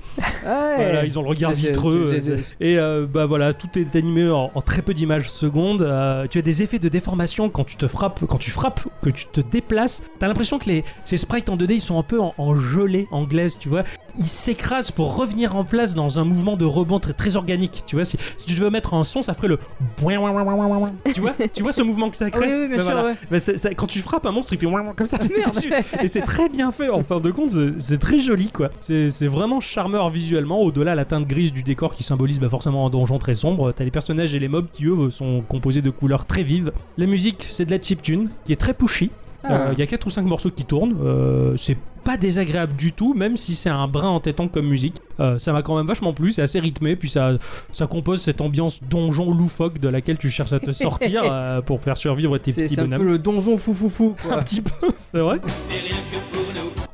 Ah ouais. voilà, ils ont le regard C'est- c'est- vitreux c'est- euh, c'est- et euh, bah voilà tout est animé en, en très peu d'images secondes Euh, tu as des effets de déformation quand tu te frappes quand tu frappes que tu te déplaces t'as l'impression que les, ces sprites en 2D ils sont un peu en, en gelée anglaise tu vois ils s'écrasent pour revenir en place dans un mouvement de rebond très, très organique tu vois si, si tu veux mettre un son ça ferait le boing, boing, boing, boing, boing, boing. tu vois tu vois ce mouvement que ça Ah crée oui, oui, bien Bah sûr, voilà. ouais. Bah, c'est- ça- quand tu frappes un monstre, il fait ouin, ouin comme ça. merde. C'est- et c'est très bien fait. En fin de compte, c'est- c'est très joli, quoi. C'est c'est vraiment charmeur visuellement. Au-delà la teinte grise du décor qui symbolise bah, forcément un donjon très sombre, t'as les personnages et les mobs qui eux sont composés de couleurs très vives. La musique, c'est de la chiptune qui est très pushy. Euh, Il Ah. y a 4 ou 5 morceaux qui tournent, euh, c'est pas désagréable du tout, même si c'est un brin entêtant comme musique. Euh, ça m'a quand même vachement plu, c'est assez rythmé, puis ça, ça compose cette ambiance donjon loufoque de laquelle tu cherches à te sortir euh, pour faire survivre tes C'est petits c'est un bonhommes peu le Ah. donjon fou fou fou. quoi. un petit peu, c'est vrai.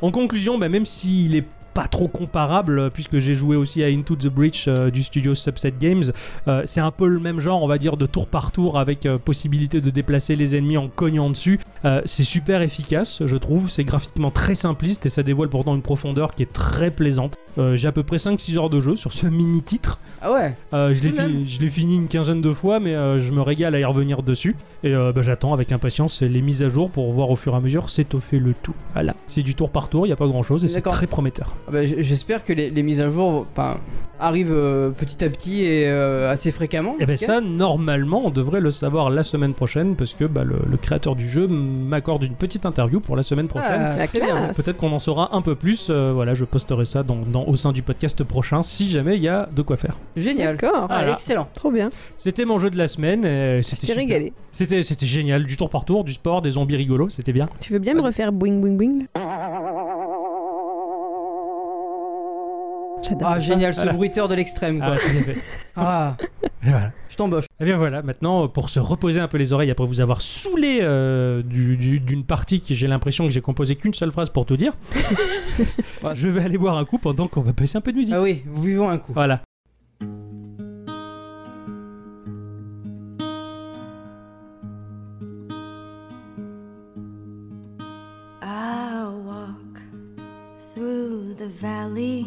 En conclusion, bah, même s'il est pas trop comparable euh, puisque j'ai joué aussi à Into the Breach euh, du studio Subset Games. Euh, c'est un peu le même genre, on va dire, de tour par tour avec euh, possibilité de déplacer les ennemis en cognant dessus. Euh, c'est super efficace, je trouve. C'est graphiquement très simpliste et ça dévoile pourtant une profondeur qui est très plaisante. Euh, j'ai à peu près 5-6 heures de jeu sur ce mini titre. Ah ouais Euh, je l'ai Tout de fini, je l'ai fini une quinzaine de fois, mais euh, je me régale à y revenir dessus. Et euh, bah, j'attends avec impatience les mises à jour pour voir au fur et à mesure s'étoffer le tout. Voilà. C'est du tour par tour, il n'y a pas grand chose et c'est D'accord. très prometteur. Ah bah, j- J'espère que les, les mises à jour enfin, arrivent euh, petit à petit et euh, assez fréquemment. Et en ben tout cas. ça, normalement, on devrait le savoir la semaine prochaine parce que bah, le, le créateur du jeu m'accorde une petite interview pour la semaine prochaine. Ah, La très bien. classe. Peut-être qu'on en saura un peu plus. euh, voilà, je posterai ça dans- dans- au sein du podcast prochain si jamais il y a de quoi faire. Génial. D'accord. Ah, Voilà. Excellent. Trop bien. C'était mon jeu de la semaine. et C'était T'es super. régalé. C'était c'était génial. Du tour par tour, du sport, des zombies rigolos. C'était bien. Tu veux bien me refaire boing boing boing là J'adore. Ah, génial, ce Voilà. bruiteur de l'extrême. Ah, quoi. tout à fait. Ah, Et voilà. je t'embauche. Eh bien voilà, maintenant pour se reposer un peu les oreilles après vous avoir saoulé euh, du- du- d'une partie qui j'ai l'impression que j'ai composé qu'une seule phrase pour tout dire, je vais aller boire un coup pendant qu'on va passer un peu de musique. Ah oui, vivons un coup. Voilà. I'll walk through the valley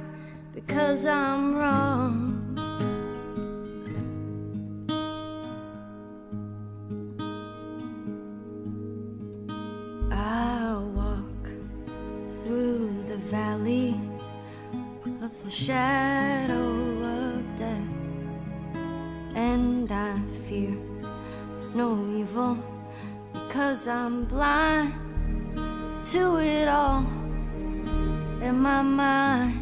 because I'm wrong. I walk through the valley of the shadow of death, and I fear no evil because I'm blind to it all. In my mind,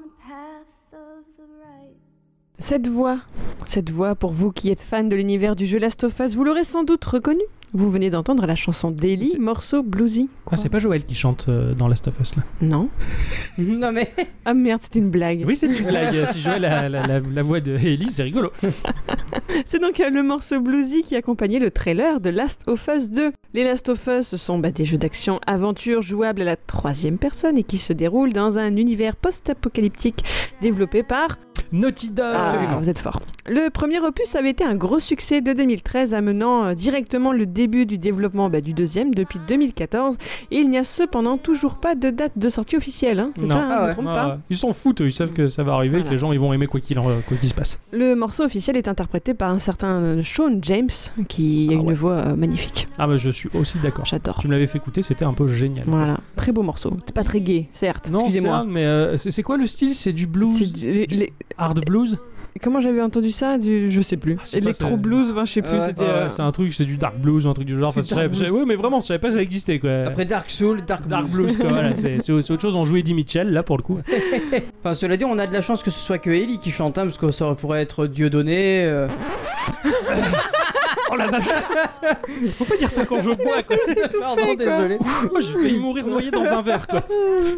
the path of the right. Cette voix, cette voix pour vous qui êtes fan de l'univers du jeu Last of Us, vous l'aurez sans doute reconnu. Vous venez d'entendre la chanson Daily, C'est- morceau bluesy. Ah, c'est pas Joël qui chante euh, dans Last of Us là. Non non mais, Ah merde, c'était une blague. Oui, c'est une blague. si Joël a la, la- la voix de Ellie, c'est rigolo. C'est donc euh, le morceau bluesy qui accompagnait le trailer de Last of Us 2. Les Last of Us ce sont bah, des jeux d'action aventure jouables à la troisième personne et qui se déroulent dans un univers post-apocalyptique développé par Naughty Dog. Ah, Absolument. vous êtes fort. Le premier opus avait été un gros succès de 2013, amenant euh, directement le début du développement bah, du deuxième depuis 2014. Et il n'y a cependant toujours pas de date de sortie officielle. hein, c'est Non. ça, hein, Ah je me ouais. trompe Ah, pas. ouais. ils s'en foutent, ils savent que ça va arriver, que Voilà. les gens ils vont aimer quoi qu'il en- quoi qu'il se passe. Le morceau officiel est interprété par un certain euh, Sean James, qui a Ah une ouais. voix euh, magnifique. Ah bah je suis aussi d'accord. J'adore. Tu me l'avais fait écouter, c'était un peu génial. Voilà, très beau morceau. C'est pas très gay, certes. Non, c'est Excusez-moi. un, mais euh, c'est c'est quoi le style C'est du C'est blues du- les- les- Hard blues Comment j'avais entendu ça du... Je sais plus. Ah, c'est pas ça. Ah Electro blues, enfin, je sais plus. Ouais. c'était, Ouais, euh, C'est un truc, c'est du dark blues ou un truc du genre. Enfin, Du je dark savais- je savais- ouais, mais vraiment, je savais pas que ça existait quoi. Après Dark Soul, Dark, Euh, Dark Blue. blues, quoi. voilà, c'est c'est- c'est autre chose. On jouait Eddie Mitchell là pour le coup. Enfin, cela dit, on a de la chance que ce soit que Ellie qui chante, hein, parce que ça pourrait être Dieudonné. euh, Oh la vache Faut pas dire ça quand je bois quoi. Pardon, fait, quoi. désolé. Moi j'ai failli mourir noyé dans un verre quoi.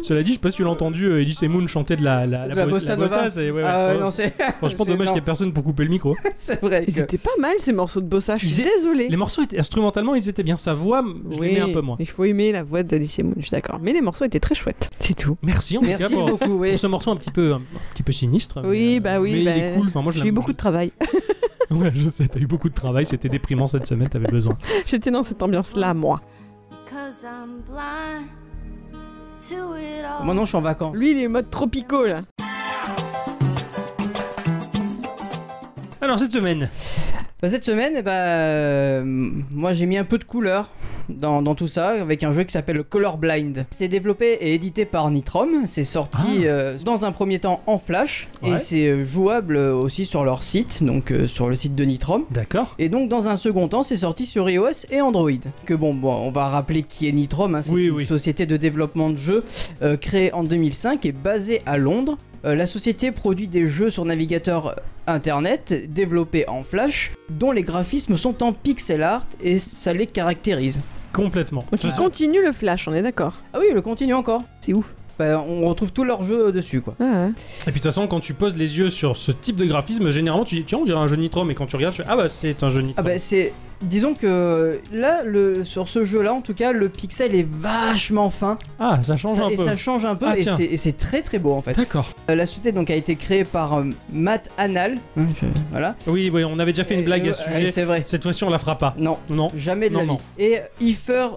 Cela dit, je sais pas si tu l'as entendu, euh, Elise et Moon chanter de la, la, De la bo- bossa nova. c'est- ouais, ouais, Ah ouais, fran- non, c'est. Franchement, c'est- dommage non, qu'il y ait personne pour couper le micro. C'est vrai. Ils que- étaient pas mal ces morceaux de bossa, je suis euh, Ils étaient- désolée. Les morceaux étaient- instrumentalement, ils étaient bien. Sa voix, je l'aimais un peu moins. Il faut aimer la voix de Alice Moon, je suis d'accord. Mais les morceaux étaient très chouettes, c'est tout. Merci en tout cas Merci pour, beaucoup, oui. pour ce morceau un petit peu, un petit peu sinistre. Oui, mais, euh, bah oui, Mais bah, il est cool. Enfin, moi, je J'ai eu l'aime- beaucoup de travail. Ouais, je sais, t'as eu beaucoup de travail, c'était déprimant cette semaine, t'avais besoin. J'étais dans cette ambiance-là, moi. Cause I'm blind to it Ah. all. Maintenant, je suis en vacances. Lui, il est mode tropicaux, là. Alors cette semaine, Bah, cette semaine, eh bah, euh, moi j'ai mis un peu de couleur dans, dans tout ça avec un jeu qui s'appelle Colorblind. C'est développé et édité par Nitrom. C'est sorti euh, dans un premier temps en Flash Ouais. et c'est euh, jouable euh, aussi sur leur site, donc euh, sur le site de Nitrom. d'accord Et donc dans un second temps, c'est sorti sur iOS et Android. Que bon, bon on va rappeler qui est Nitrom. hein, c'est Oui, une oui. société de développement de jeux euh, créée en 2005 et basée à Londres. Euh, la société produit des jeux sur navigateur euh, internet développés en Flash, dont les graphismes sont en pixel art et ça les caractérise. complètement. Donc il continue le flash, on est d'accord. Ah oui, le continue encore. C'est ouf. Bah, on retrouve tous leurs jeux dessus quoi. Ah, ouais. Et puis de toute façon, quand tu poses les yeux sur ce type de graphisme, généralement tu dis tiens, on dirait un jeu Nitro, mais quand tu regardes, tu fais ah bah c'est un jeu Nitro. Ah bah c'est... Disons que là, le, sur ce jeu-là, en tout cas, le pixel est vachement fin. Ah, ça change Ça- un et peu. ça change un peu Ah, et tiens. c'est- et c'est très très beau en fait. D'accord. Euh, La société donc a été créée par euh, Matt Anal. Hein, je- Voilà. Oui, oui, on avait déjà fait une blague Et, à ce euh, sujet. C'est vrai. Cette fois-ci, on la fera pas. Non, Non, jamais de Non, la non. vie. Et euh, Ifer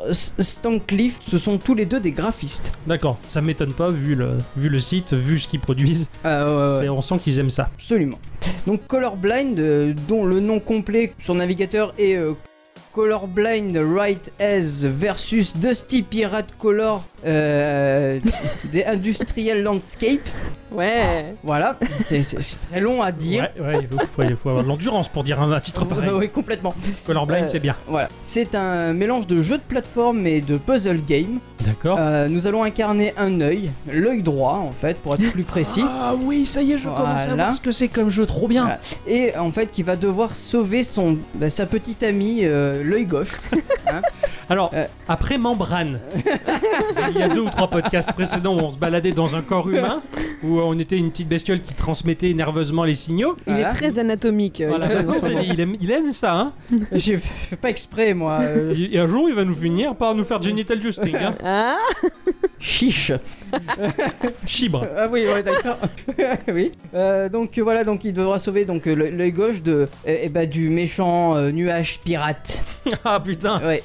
Stancliffe, ce sont tous les deux des graphistes. d'accord. Ça m'étonne pas vu le, vu le site, vu ce qu'ils produisent. Euh, ouais, ouais, C'est- On sent qu'ils aiment ça. absolument. Donc Colorblind, euh, dont le nom complet sur navigateur est euh, Colorblind Right As versus Dusty Pirate Color euh, des Industrial Landscape. Ouais. Voilà, c'est c'est- c'est très long à dire. Ouais, ouais, il faut, faut- il faut avoir de l'endurance pour dire un, un titre pareil. oui, complètement. Colorblind, Euh, c'est bien. Voilà. C'est un mélange de jeu de plateforme et de puzzle game. D'accord. Euh, nous allons incarner un œil, l'œil droit en fait, pour être plus précis, Ah oui, ça y est, je commence à Voilà. voir ce que c'est comme jeu, trop bien. Voilà. et en fait qui va devoir sauver son, bah, sa petite amie, euh, l'œil gauche. Alors, Euh. après Membrane, il y a deux ou trois podcasts précédents où on se baladait dans un corps humain, où on était une petite bestiole qui transmettait nerveusement les signaux. Il Voilà. est très anatomique. euh, Voilà, Ixon, en maintenant, ce c'est- moment. il, aime, il aime ça, hein. J'ai fait pas exprès moi. euh, Et et un jour, il va nous finir par nous faire genital justing, hein. Ah, chiche. Chibre. Ah oui, ouais, d'accord. oui. Euh, donc euh, voilà, donc il devra sauver donc euh, l'œil l'œil gauche de, euh, eh ben, du méchant euh, nuage pirate. Ah putain, Ouais.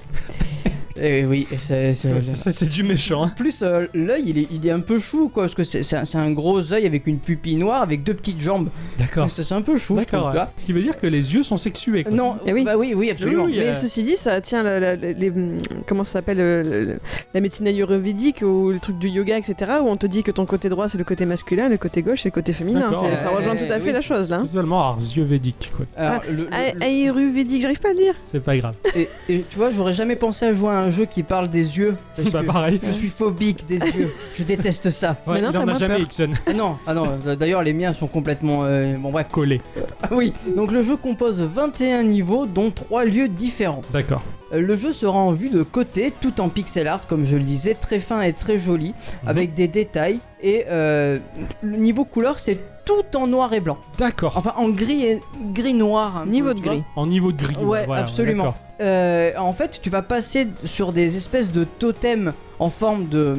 Et oui, Euh, c'est- c'est- Ça, c'est du méchant, hein. En plus, euh, l'œil, il est, il est un peu chou, quoi, parce que c'est c'est un, c'est un gros œil avec une pupille noire, avec deux petites jambes. D'accord. C'est c'est un peu chou, je D'accord. trouve. ouais. là. Ce qui veut dire que les yeux sont sexués. quoi. Non, Eh oui. bah oui, oui, absolument. Oui, oui, mais euh, ceci dit, ça tient la, la- la- les, hum, comment ça s'appelle euh, le- le- la médecine ayurvédique ou le truc du yoga, etc. Où on te dit que ton côté droit c'est le côté masculin, le côté gauche c'est le côté féminin. D'accord. C'est- Ça rejoint Euh, tout à fait oui. la chose là. hein. Totalement arts yeux védiques, quoi. Alors, le- le- Ah, Ayurvédique, j'arrive pas à le dire. C'est pas grave. et, et tu vois, j'aurais jamais pensé à jouer à un jeu qui parle des yeux. parce Bah que pareil. je suis phobique des yeux. Je déteste ça. Ouais, Maintenant, il t'as en a moins jamais, peur. Ixon. Ah non, ah non. euh, D'ailleurs, les miens sont complètement. euh, bon bref. Collé. Ah oui. Donc le jeu compose 21 niveaux, dont 3 lieux différents. D'accord. Euh, Le jeu sera en vue de côté, tout en pixel art, comme je le disais, très fin et très joli, avec des détails. Et euh, le niveau couleur, c'est tout en noir et blanc. D'accord. Enfin, en gris et gris noir. un peu, Niveau tu de vois. gris. En niveau de gris. Ouais, voilà, absolument. d'accord. Euh, en fait, tu vas passer sur des espèces de totems en forme de,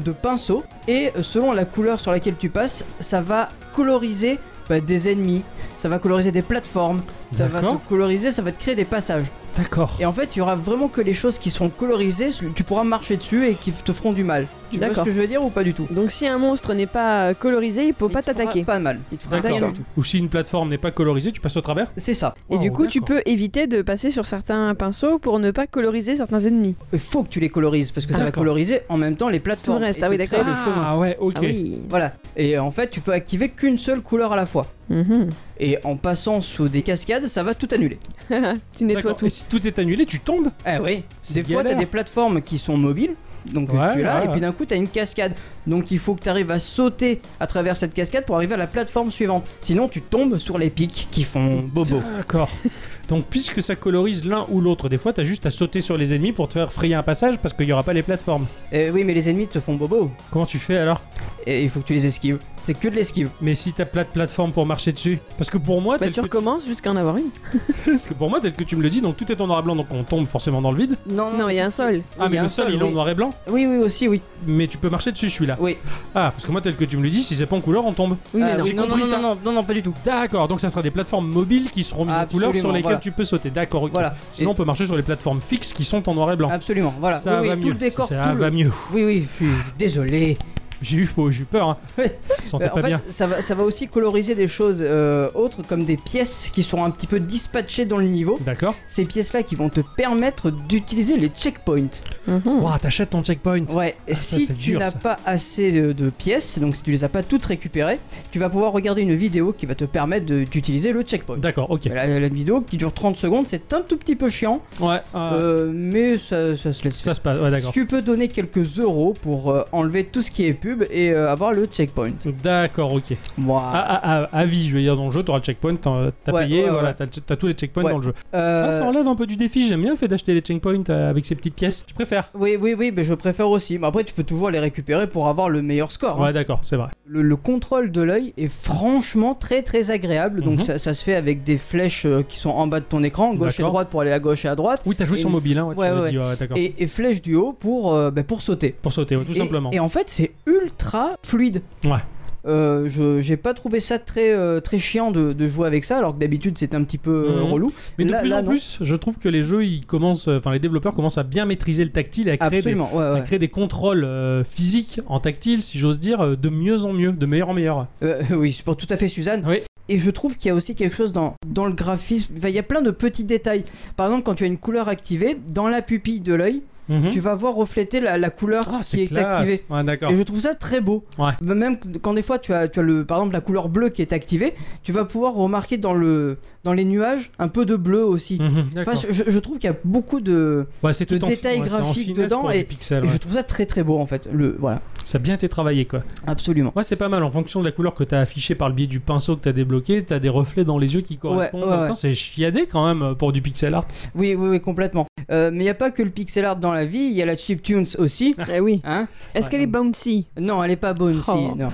de pinceau. Et euh, selon la couleur sur laquelle tu passes, ça va coloriser bah, des ennemis. Ça va coloriser des plateformes, ça va D'accord. te coloriser, ça va te créer des passages. D'accord. Et en fait, il y aura vraiment que les choses qui seront colorisées, tu pourras marcher dessus et qui te feront du mal. Tu vois ce D'accord. que je veux dire ou pas du tout Donc si un monstre n'est pas colorisé, il peut pas Il te fera t'attaquer. Pas mal. Il te fera pas D'accord. mal du tout. Ou si une plateforme n'est pas colorisée, tu passes au travers C'est ça. Et du Wow, coup, tu d'accord. peux éviter de passer sur certains pinceaux pour ne pas coloriser certains ennemis. Il faut que tu les colorises parce que ça va D'accord. coloriser en même temps les plateformes. Tout le reste, et ah oui, te créer d'accord. le chemin. Ah ouais, ok. Ah oui. Voilà. Et euh, en fait, tu peux activer qu'une seule couleur à la fois. Mhm. Et en passant sous des cascades, ça va tout annuler. tu nettoies D'accord. tout. Et si tout est annulé, tu tombes Eh Ah oui. C'est Des fois, galère. t'as des plateformes qui sont mobiles. Donc euh, Ouais, tu es là, ouais, et ouais. puis d'un coup, t'as une cascade. Donc il faut que t'arrives à sauter à travers cette cascade pour arriver à la plateforme suivante. Sinon, tu tombes sur les pics qui font bobo. D'accord. Donc, puisque ça colorise l'un ou l'autre, des fois, t'as juste à sauter sur les ennemis pour te faire frayer un passage parce qu'il n'y aura pas les plateformes. Eh oui, mais les ennemis te font bobo. Comment tu fais alors Et il faut que tu les esquives. C'est que de l'esquive. Mais si t'as pas de plateforme pour marcher dessus Parce que pour moi, Bah, tel tu que... recommences jusqu'à en avoir une. parce que pour moi, tel que tu me le dis, donc tout est en noir et blanc, donc on tombe forcément dans le vide. Non, il y a un sol. Ah, il y mais a le un sol, sol, il est en oui. noir et blanc. Oui, oui, aussi, oui. Mais tu peux marcher dessus, celui-là. Oui. Ah, parce que moi, tel que tu me le dis, si c'est pas en couleur, on tombe. Oui, mais Ah, non. oui. non, non, compris non, ça. non, non, non, pas du tout. D'accord, donc ça sera des plateformes mobiles qui seront mises en Absolument, couleur sur lesquelles voilà. tu peux sauter. D'accord, ok. Voilà. Sinon, Et- on peut marcher sur les plateformes fixes qui sont en noir et blanc. Absolument, voilà. Ça oui, va oui, mieux. tout le décor, ça tout le- va mieux. Oui, oui, je suis désolé. J'ai eu faux, j'ai eu peur. Hein. Ouais. Je me sentais Euh, en pas fait, bien. Ça, va, ça va aussi coloriser des choses euh, autres, comme des pièces qui seront un petit peu dispatchées dans le niveau. D'accord. Ces pièces-là qui vont te permettre d'utiliser les checkpoints. Mhm. Ouah, t'achètes ton checkpoint. Ouais, et Ah, ça, si c'est tu dur, n'as ça. pas assez de, de pièces, donc si tu les as pas toutes récupérées, tu vas pouvoir regarder une vidéo qui va te permettre de- d'utiliser le checkpoint. D'accord, ok. La, la vidéo qui dure 30 secondes, c'est un tout petit peu chiant, Ouais, euh, euh, mais ça, ça se laisse ça se passe. Ouais, d'accord. Tu peux donner quelques euros pour euh, enlever tout ce qui est pub et euh, avoir le checkpoint. D'accord, ok. Ah, Moi, À, à- à- à vie, je veux dire, dans le jeu, t'auras le checkpoint, t'en- t'as Ah. Ouais, payé, ouais, ouais. voilà, t'as, t'as tous les checkpoints Ouais. dans le jeu. euh, Ah, ça enlève un peu du défi, j'aime bien le fait d'acheter les checkpoints euh, avec ces petites pièces. Je préfère. oui, oui, oui, mais je préfère aussi. Mais après, tu peux toujours les récupérer pour avoir le meilleur score. hein. Ouais, d'accord, c'est vrai. Le, le contrôle de l'œil est franchement très très agréable. Donc Mhm. ça, ça se fait avec des flèches euh, qui sont en bas de ton écran, gauche et D'accord. droite pour aller à gauche et à droite, Oui, t'as joué Et sur une- mobile, hein, ouais, tu ouais, l'as ouais, dit, ouais, d'accord. et, et flèches du haut pour, euh, bah, pour sauter. Pour sauter, ouais, tout et, simplement. Et en fait, c'est ultra fluide. Ouais. Euh, je j'ai pas trouvé ça très euh, très chiant de, de jouer avec ça alors que d'habitude c'est un petit peu euh, Mhm. relou Mais de là- plus là, en non. plus, je trouve que les jeux, ils commencent, euh, enfin, les développeurs commencent à bien maîtriser le tactile et à créer des, absolument ouais, à ouais. créer des contrôles euh, physiques en tactile, si j'ose dire, euh, de mieux en mieux, de meilleur en meilleur. Euh, oui, c'est pour tout à fait Suzanne. Oui. Et je trouve qu'il y a aussi quelque chose dans, dans le graphisme. Enfin, il y a plein de petits détails. Par exemple, quand tu as une couleur activée, dans la pupille de l'œil, Mhm. tu vas voir refléter la, la couleur Ah, qui c'est est classe. activée. Ouais, d'accord. Et je trouve ça très beau. Ouais. Bah, Même quand des fois tu as, tu as le, par exemple la couleur bleue qui est activée, tu vas pouvoir remarquer dans, le, dans les nuages un peu de bleu aussi. Mhm, Enfin, d'accord. je, je trouve qu'il y a beaucoup de. Ouais, c'est de tout en- détails ouais, c'est en graphiques finesse dedans pour et- les pixels, Et ouais. je trouve ça très très beau en fait. Le, voilà, Ça a bien été travaillé, quoi. absolument. Ouais, c'est pas mal. En fonction de la couleur que t'as affichée par le biais du pinceau que t'as débloqué, t'as des reflets dans les yeux qui correspondent. ouais, ouais. Putain, C'est chiadé quand même pour du pixel art. Oui, oui, oui, complètement. Euh, mais il n'y a pas que le pixel art dans la vie, il y a la chiptunes aussi. Eh oui. Hein Est-ce qu'elle est bouncy Non, elle est pas bonne, si. Oh. Non.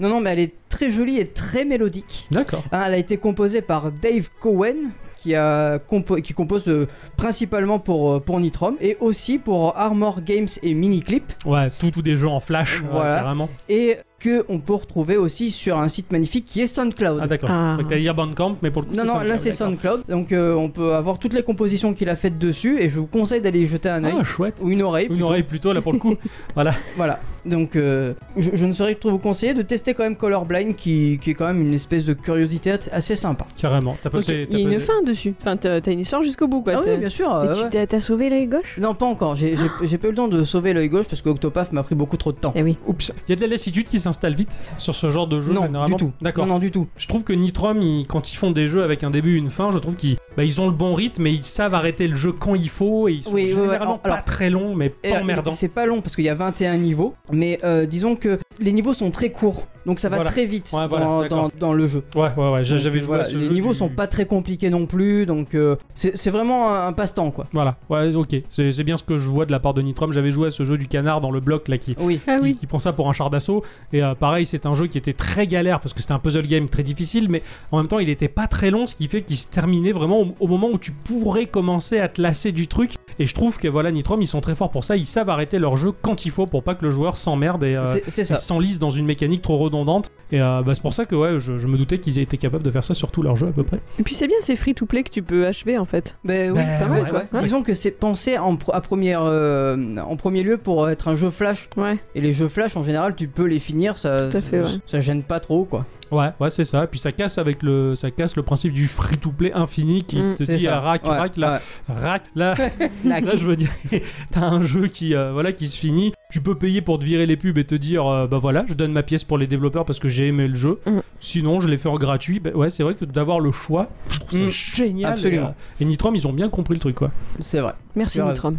non, non, mais elle est très jolie et très mélodique. D'accord. Hein, elle a été composée par Dave Cohen, qui, a compo- qui compose euh, principalement pour, euh, pour Nitrom, et aussi pour Armor Games et Miniclip, Ouais, tout ou des jeux en flash, euh, Voilà. vraiment. et que on peut retrouver aussi sur un site magnifique qui est SoundCloud. Ah d'accord. Ah. Donc t'as dire Bandcamp, mais pour le coup. non, non, là c'est Soundcloud, SoundCloud, donc euh, on peut avoir toutes les compositions qu'il a faites dessus, et je vous conseille d'aller y jeter un d'accord. œil. Ah chouette. Ou une oreille, Une oreille plutôt là pour le coup. voilà. Donc, euh, je, je ne saurais que trop vous conseiller de tester quand même Colorblind, qui, qui est quand même une espèce de curiosité assez sympa. Carrément. T'as Donc, passé. Il y a t'as une pas- fin dessus. Enfin, t'as t'as une histoire jusqu'au bout, quoi. Ah oui, T'as- bien sûr. Et euh, tu ouais. t'as- t'as sauvé l'œil gauche Non, pas encore. J'ai j'ai- j'ai pas eu le temps de sauver l'œil gauche parce que Octopath m'a pris beaucoup trop de temps. Eh oui. Oups. Il y a de la lassitude qui s'installe vite sur ce genre de jeu non, généralement. du tout. D'accord. Non, non, du tout. Je trouve que Nitrom, ils- quand ils font des jeux avec un début et une fin, je trouve qu'ils bah, ils ont le bon rythme et ils savent arrêter le jeu quand il faut et ils sont Oui, oui, ouais. généralement Alors- pas très longs mais Et, euh, pas emmerdants. C'est pas long parce qu'il y a 21 niveaux, mais euh, disons que les niveaux sont très courts, donc ça va Voilà. très vite Ouais, voilà, dans, d'accord. dans- dans le jeu. Ouais, ouais, ouais. j'a- Donc, J'avais joué voilà, à ce Les jeu niveaux du- sont pas très compliqués non plus, donc euh, c'est c'est vraiment un, un passe-temps quoi. Voilà, ouais, ok. C'est c'est bien ce que je vois de la part de Nitrom. J'avais joué à ce jeu du canard dans le bloc là qui, Oui. Ah qui, oui. qui prend ça pour un char d'assaut. Et euh, pareil, c'est un jeu qui était très galère parce que c'était un puzzle game très difficile, mais en même temps, il était pas très long, ce qui fait qu'il se terminait vraiment au, au moment où tu pourrais commencer à te lasser du truc. Et je trouve que voilà, Nitrom, ils sont très forts pour ça. Ils savent arrêter leur jeu quand il faut pour pas que le joueur s'emmerde et, euh, C'est c'est et ça. s'enlise dans une mécanique trop redondante. Et euh, bah, c'est pour ça que ouais, je, je me doutais qu'ils aient été capables de faire ça sur tout leur jeu à peu près. Et puis c'est bien, c'est free to play que tu peux achever en fait. Ben oui, Ben, c'est pas mal ouais, quoi. ouais, ouais. Disons que c'est pensé en, pro- à première, euh, en premier lieu pour être un jeu flash. Ouais. Et les jeux flash en général, tu peux les finir, ça, Tout à fait, ouais. ça gêne pas trop quoi. Ouais, ouais, c'est ça. Et puis ça casse avec le, ça casse le principe du free to play infini qui Mm, te C'est dit ça. ah, rack, Ouais, rack, là, rack, là. ouais. Là, je veux dire, t'as un jeu qui, euh, voilà, qui se finit. Tu peux payer pour te virer les pubs et te dire, euh, bah voilà, je donne ma pièce pour les développeurs parce que j'ai aimé le jeu. Mm. Sinon, je les fais en gratuit. Bah, ouais, c'est vrai que d'avoir le choix, je trouve ça Mm. génial. Absolument. Et, euh, et Nitrom, ils ont bien compris le truc, quoi. C'est vrai. Merci Grave. Nitrom.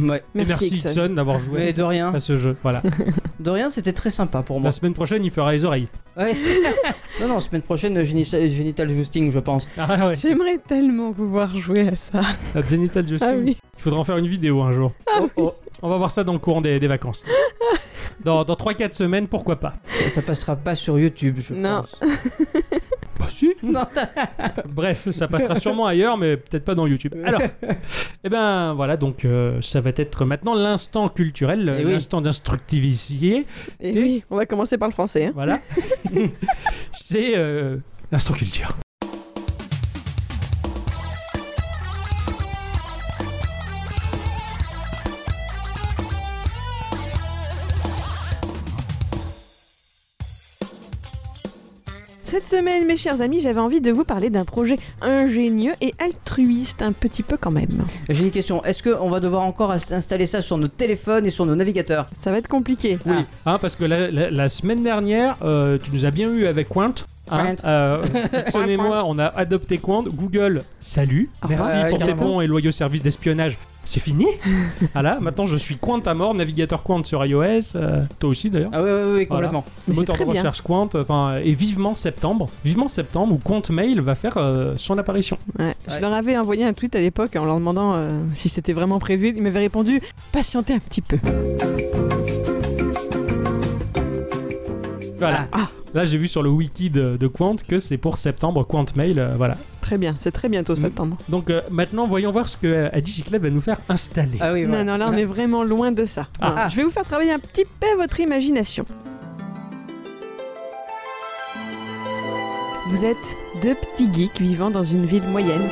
Et Merci, merci Ixon. Ixon d'avoir joué Mais de rien, à ce jeu. Voilà. de rien, c'était très sympa pour moi. La semaine prochaine, il fera les oreilles. Ouais. non, non, semaine prochaine, génita- Genital Justing, je pense. Ah ouais, J'aimerais tellement pouvoir jouer à ça. la Genital Justin. Ah oui. Il faudra en faire une vidéo un jour. Oh, oh, On va voir ça dans le courant des, des vacances. Dans, dans 3-4 semaines, pourquoi pas ça- ça passera pas sur YouTube, je Non. pense. Bah si Non, ça... Bref, ça passera sûrement ailleurs, mais peut-être pas dans YouTube. Alors, eh ben voilà, donc euh, ça va être maintenant l'instant culturel, Eh oui. l'instant d'instructivicier. Et oui, on va commencer par le Eh. français. hein. Voilà. C'est euh, l'instant culture. Cette semaine, mes chers amis, j'avais envie de vous parler d'un projet ingénieux et altruiste, un petit peu quand même. J'ai une question. Est-ce qu'on va devoir encore as- installer ça sur nos téléphones et sur nos navigateurs Ça va être compliqué. Oui. Hein, parce que la, la- la semaine dernière, euh, tu nous as bien eu avec Quant. Hein, euh, Ixon et moi, on a adopté Quant. Google, salut. Au Merci revoir. pour Ah Ouais, tes carrément. bons et loyaux services d'espionnage. C'est fini. voilà, maintenant je suis Quant à mort, navigateur Quant sur iOS. euh, toi aussi d'ailleurs. Ah oui, oui, oui, complètement. Mais c'est moteur de très bien. recherche Quant, euh, enfin, et vivement septembre, vivement septembre où Quant Mail va faire euh, son apparition. Ouais. Je Ouais. leur avais envoyé un tweet à l'époque en leur demandant euh, si c'était vraiment prévu. Ils m'avaient répondu patientez un petit peu. Voilà. Ah. Là, j'ai vu sur le wiki de, de Quant que c'est pour septembre Quant Mail, euh, voilà. Très bien, c'est très bientôt Mm. septembre. Donc euh, maintenant, voyons voir ce que euh, Adichie Club va nous faire installer. Ah oui, voilà. Non, non, là on est vraiment loin de ça. Ah. Enfin, Je vais vous faire travailler un petit peu votre imagination. Vous êtes deux petits geeks vivant dans une ville moyenne.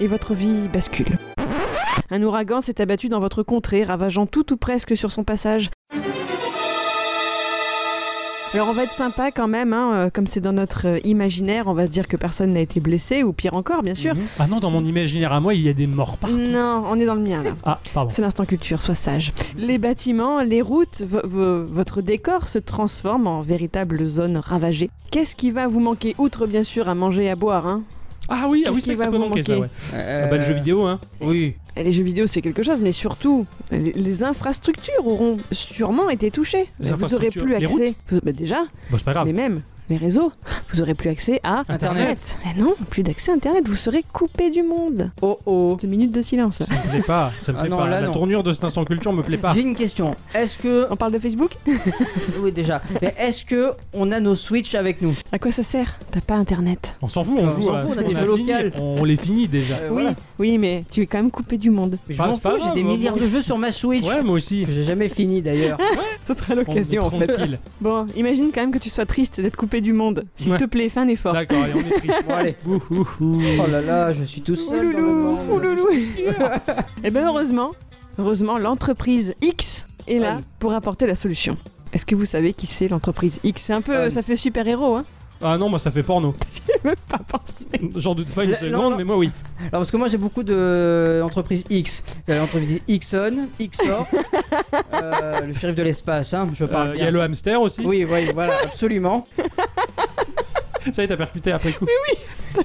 Et votre vie bascule. Un ouragan s'est abattu dans votre contrée, ravageant tout ou presque sur son passage. Alors on va être sympa quand même, hein, euh, comme c'est dans notre euh, imaginaire, on va se dire que personne n'a été blessé, ou pire encore, bien sûr. Mhm. Ah non, dans mon imaginaire à moi, il y a des morts partout. Non, on est dans le mien là. Ah, pardon. C'est l'instant culture, sois sage. Les bâtiments, les routes, vo- vo- votre décor se transforme en véritable zone ravagée. Qu'est-ce qui va vous manquer outre bien sûr à manger et à boire hein Ah oui, ah Qu'est-ce oui, qui c'est que va ça peut vous manquer, ça, manquer ouais. Euh, Ah bah, le jeu vidéo, hein. Oui. Et Les jeux vidéo c'est quelque chose, mais surtout les, les infrastructures auront sûrement été touchées. Les vous aurez infrastructures, plus les Ah. accès. Vous- bah, déjà, Bon, c'est pas grave. mais même les réseaux, vous aurez plus accès à Internet. Internet. Mais non, plus d'accès à Internet, vous serez coupé du monde. Oh oh. Deux minutes de silence. là. Ça me plaît pas, ça me Ah plaît non, pas. là, La non. tournure de cet instant culture me plaît pas. J'ai une question. Est-ce que. On parle de Facebook Oui, déjà. Mais est-ce que on a nos Switch avec nous À quoi ça sert T'as pas Internet. On s'en fout, on On joue s'en à fout, ce on a qu'on des jeux fini, locaux. on, on les finit déjà. Euh, Oui, voilà. oui, mais tu es quand même coupé du monde. Mais je Pas- m'en c'est pas fous, j'ai grave, des moi, milliards moi, de jeux sur ma Switch. Ouais, moi aussi. Que j'ai jamais fini d'ailleurs. Ce sera l'occasion en fait. Tranquille. Bon, imagine quand même que tu sois triste d'être coupé du monde. S'il Ouais. te plaît, fais un effort. D'accord, allez, on est triste. Bon, allez. Ouh, ouh, ouh. Oh là là, je suis tout seul. dans le Ouloulou, monde. ouloulou. Et bien Eh ben, heureusement, heureusement, l'entreprise X est là Oui. pour apporter la solution. Est-ce que vous savez qui c'est l'entreprise X C'est un peu, Euh, Oui. ça fait super héros, hein Ah non, moi ça fait porno. Même pas pensé. J'en doute pas une Le- seconde, le- mais moi oui. Alors parce que moi j'ai beaucoup de entreprises X. Il y a L'entreprise Xon, Xor, euh, le shérif de l'espace, hein, je Euh, Il parle y a bien. le hamster aussi. Oui, oui, voilà, absolument. Ça y est, t'as percuté après coup.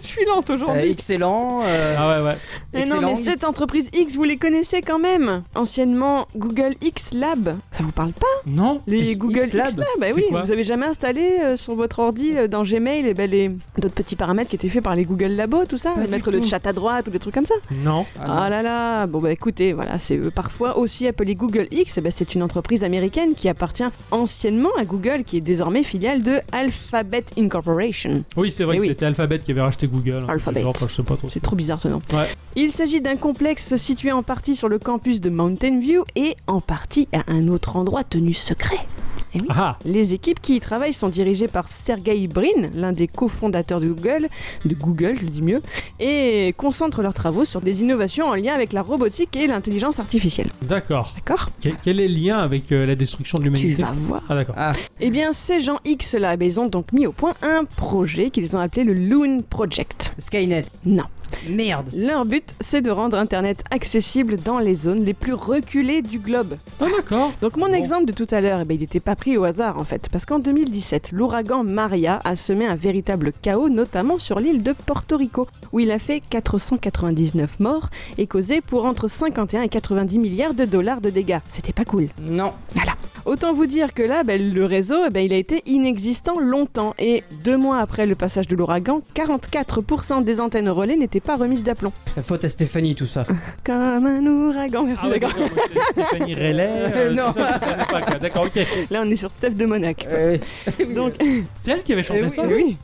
Je suis lente Euh, aujourd'hui. excellent. euh, Ah ouais, ouais. Mais non, mais excellent. cette entreprise X, vous les connaissez quand même. Anciennement Google X Lab. Ça vous parle pas Non Les X- Google X X Lab Lab, bah C'est oui. quoi Vous avez jamais installé euh, sur votre ordi euh, dans Gmail et ben les d'autres petits paramètres qui étaient faits par les Google Labo, tout ça, Pas du mettre le tout. chat à droite ou des trucs comme ça. Non. ah non. Ah, là là, bon bah écoutez, voilà, c'est eux. parfois aussi appelé Google X, eh ben, c'est une entreprise américaine qui appartient anciennement à Google, qui est désormais filiale de Alphabet Incorporation. Oui, c'est vrai Eh que oui. c'était Alphabet qui avait racheté Google. hein. Alphabet. Genre, je sais pas trop. C'est trop bizarre ce nom. Ouais. Il s'agit d'un complexe situé en partie sur le campus de Mountain View et en partie à un autre endroit tenu secret. Eh oui. Ah, Les équipes qui y travaillent sont dirigées par Sergey Brin, l'un des cofondateurs de Google, de Google, je le dis mieux, et concentrent leurs travaux sur des innovations en lien avec la robotique et l'intelligence artificielle. d'accord. D'accord Que- Quel est le lien avec euh, la destruction de Tu l'humanité vas voir. Ah, d'accord. Eh bien, ces gens X là, eh ben, ils ont donc mis au point un projet qu'ils ont appelé le Loon Project. Skynet. Non. Merde. Leur but, c'est de rendre Internet accessible dans les zones les plus reculées du globe. Ah, d'accord. Donc mon Bon. exemple de tout à l'heure, eh ben, il n'était pas pris au hasard en fait, parce qu'en 2017, l'ouragan Maria a semé un véritable chaos, notamment sur l'île de Porto Rico, où il a fait 499 morts et causé pour entre 51 et 90 milliards de dollars de dégâts. C'était pas cool. Non. Autant vous dire que là, ben, le réseau, eh ben, il a été inexistant longtemps, et deux mois après le passage de l'ouragan, 44% des antennes relais n'étaient pas remises d'aplomb. Faute à Stéphanie, tout ça. Comme un ouragan, merci Ah, ouais, d'accord. d'accord, donc c'est Stéphanie Relais. euh, Non. tout ça, je comprenais pas, quoi. D'accord, ok. Là, on est sur Steph de Monac. Euh, Donc, C'est elle qui avait chanté Eh oui, Ah, ça oui.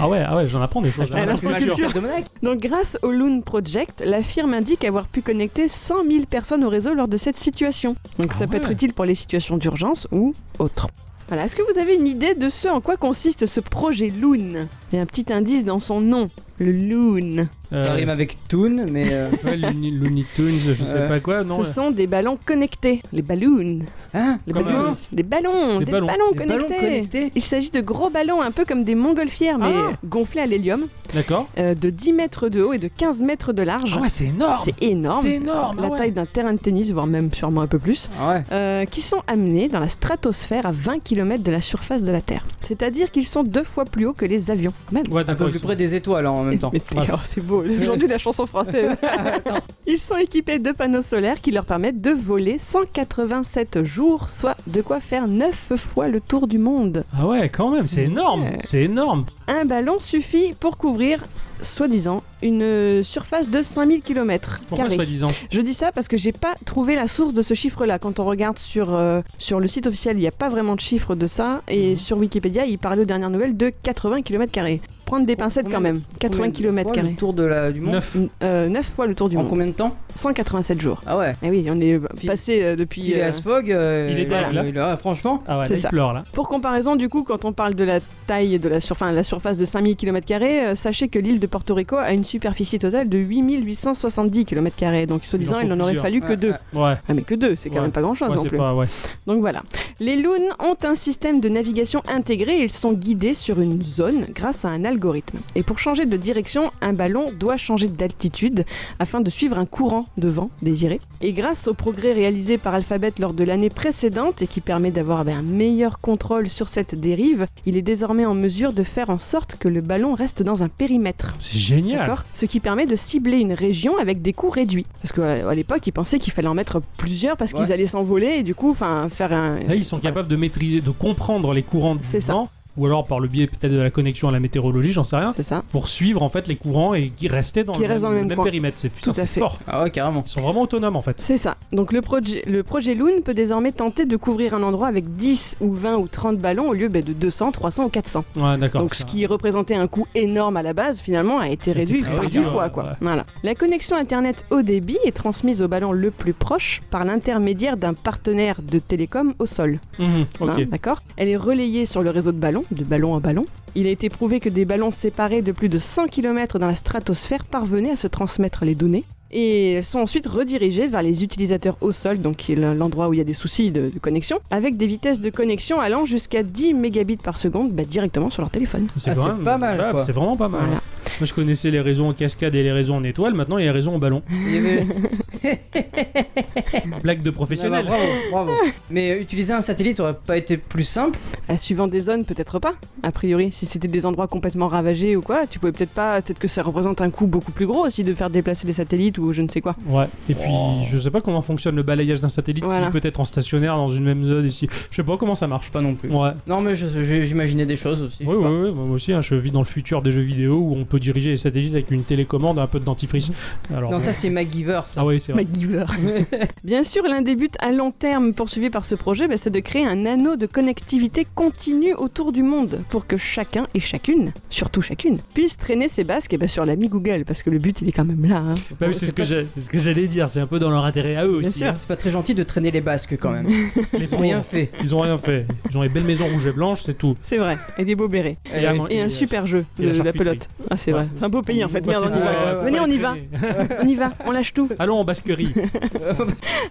Ah ouais, ah ouais, j'en apprends des choses. j'ai l'impression l'instant que je culture. suis de Monaco. Donc grâce au Loon Project, la firme indique avoir pu connecter 100 000 personnes au réseau lors de cette situation. Donc Ah ça peut ouais. être utile pour les situations d'urgence ou autres. Voilà, est-ce que vous avez une idée de ce en quoi consiste ce projet Loon Il y a un petit indice dans son nom, le Loon. Euh, Ça rime avec Toon, mais. euh, ouais, Looney Looney Tunes, je sais Ouais. pas quoi, non. ce sont des ballons connectés, les balloons. Hein Les Comme euh, balloons, un- des ballons, Des des, ballons. ballons, Des connectés. ballons connectés. Il s'agit de gros ballons un peu comme des montgolfières mais Ah. gonflés à l'hélium, D'accord. euh, de 10 mètres de haut et de 15 mètres de large. Ah ouais, c'est énorme. C'est énorme. C'est énorme. la ah ouais. taille d'un terrain de tennis, voire même sûrement un peu plus, Ah ouais. euh, qui sont amenés dans la stratosphère à 20 km de la surface de la Terre. C'est-à-dire qu'ils sont deux fois plus hauts que les avions. Quand Même. Ouais, Un peu d'accord. plus ils sont- près des étoiles hein, en même temps. Mais t'es- Ouais. alors, c'est beau, aujourd'hui la chanson française. Ils sont équipés de panneaux solaires qui leur permettent de voler 187 jours, soit de quoi faire 9 fois le tour du monde. Ah ouais, quand même, c'est énorme. Ouais. C'est énorme. Un ballon suffit pour couvrir, soi-disant, une euh, surface de 5000 km. Pourquoi soi-disant Je dis ça parce que j'ai pas trouvé la source de ce chiffre-là. Quand on regarde sur, euh, sur le site officiel, il n'y a pas vraiment de chiffre de ça. Et Mhm. sur Wikipédia, il parlait aux dernières nouvelles de 80 km. Prendre des pincettes quand combien- même. 80 km. Combien de fois Le tour de la, du monde. 9. 9 euh, fois le tour du en monde. combien de temps 187 jours. Ah ouais. Eh oui, on est euh, Puis- passé euh, depuis. Il est euh, à Sfog. euh, Il est dingue, là. il est là, Franchement. Ah ouais, C'est là, il ça. pleure là. Pour comparaison, du coup, quand on parle de la taille de la, sur- enfin, la surface de 5000 km, euh, sachez que l'île de Porto Rico a une superficie totale de 8870 km. Donc, soi-disant, en il faut n'en aurait plusieurs. fallu que Ouais, deux. ouais. Ouais. Ah, mais que deux, c'est quand Ouais. même pas grand-chose Ouais, non c'est plus. pas ouais. Donc voilà. Les loons ont un système de navigation intégré et ils sont guidés sur une zone grâce à un algorithme. Et pour changer de direction, un ballon doit changer d'altitude afin de suivre un courant de vent désiré. Et grâce au progrès réalisé par Alphabet lors de l'année précédente et qui permet d'avoir ben, un meilleur contrôle sur cette dérive, il est désormais en mesure de faire en sorte que le ballon reste dans un périmètre. C'est génial. D'accord Ce qui permet de cibler une région avec des coûts réduits. Parce qu'à à l'époque, ils pensaient qu'il fallait en mettre plusieurs parce Ouais. qu'ils allaient s'envoler et du coup, enfin, faire un, Là, ils sont capables de maîtriser, de comprendre les courants du C'est ça. vent, ou alors par le biais peut-être de la connexion à la météorologie, j'en sais rien, C'est ça. pour suivre en fait les courants et qui restaient dans, Qui le, restent dans le le même coin. périmètre. C'est putain, Tout à c'est fait. fort. Ah ouais, carrément. Ils sont vraiment autonomes en fait. C'est ça. Donc le projet, le projet Loon peut désormais tenter de couvrir un endroit avec 10 ou 20 ou 30 ballons au lieu ben, de 200, 300 ou 400. Ouais, d'accord. Donc ce Ça- qui représentait un coût énorme à la base finalement a été Ça a été réduit très par réduit, 10 ouais, fois. Quoi. ouais. Voilà. La connexion Internet haut débit est transmise au ballon le plus proche par l'intermédiaire d'un partenaire de télécom au sol. Mhm, ok. Hein, D'accord Elle est relayée sur le réseau de ballons, de ballon en ballon. Il a été prouvé que des ballons séparés de plus de 100 km dans la stratosphère parvenaient à se transmettre les données. Et elles sont ensuite redirigées vers les utilisateurs au sol, donc qui est l'endroit où il y a des soucis de, de connexion, avec des vitesse de connexion allant jusqu'à 10 mégabits par seconde bah, directement sur leur téléphone. C'est Ah, quand c'est même- pas mal, ouais, quoi. C'est vraiment pas mal. hein. Voilà. Moi, je connaissais les réseaux en cascade et les réseaux en étoile. Maintenant, il y a les réseaux en ballon. Il y avait- Blague de professionnel. Ah bah, bravo, bravo. Mais euh, utiliser un satellite aurait pas été plus simple. Ah, suivant des zones, peut-être pas, a priori. Si c'était des endroits complètement ravagés ou quoi, tu pouvais peut-être pas, peut-être que ça représente un coût beaucoup plus gros aussi de faire déplacer des satellites ou je ne sais quoi. Ouais. Et puis, je sais pas comment fonctionne le balayage d'un satellite. Voilà. S'il peut être en stationnaire dans une même zone ici. Je sais pas comment ça marche. Pas non plus. Ouais. Non, mais je- je- j'imaginais des choses aussi. je Oui, sais oui, pas. oui, moi aussi, hein, je vis dans le futur des jeux vidéo où on peut diriger les satellites avec une télécommande, un peu de dentifrice. Alors, Non, ça c'est MacGyver. ça. ah oui, c'est vrai. MacGyver. Bien sûr, l'un des buts à long terme poursuivis par ce projet, bah, c'est de créer un anneau de connectivité continue autour du monde pour que chacun et chacune, surtout chacune, puisse traîner ses basques eh ben, sur l'ami Google, parce que le but il est quand même là. hein. Bah oui, c'est ce que j'ai- c'est ce que j'allais dire, c'est un peu dans leur intérêt à eux Bien aussi. sûr. hein. C'est pas très gentil de traîner les basques quand même. Les Ils ont pauvres, rien fait. Ils ont rien fait. Ils ont les belles maisons rouges et blanches, c'est tout. C'est vrai, et des beaux bérets. Et un- Et un euh, super jeu, et la de la charcuterie. pelote. Ah, c'est vrai. Ouais. C'est un beau pays en fait. Bah, Merde, on y c'est- va. ouais, ouais, ouais, Venez, on y ouais, va. traîner. On y va, on lâche tout. Allons en Basquerie.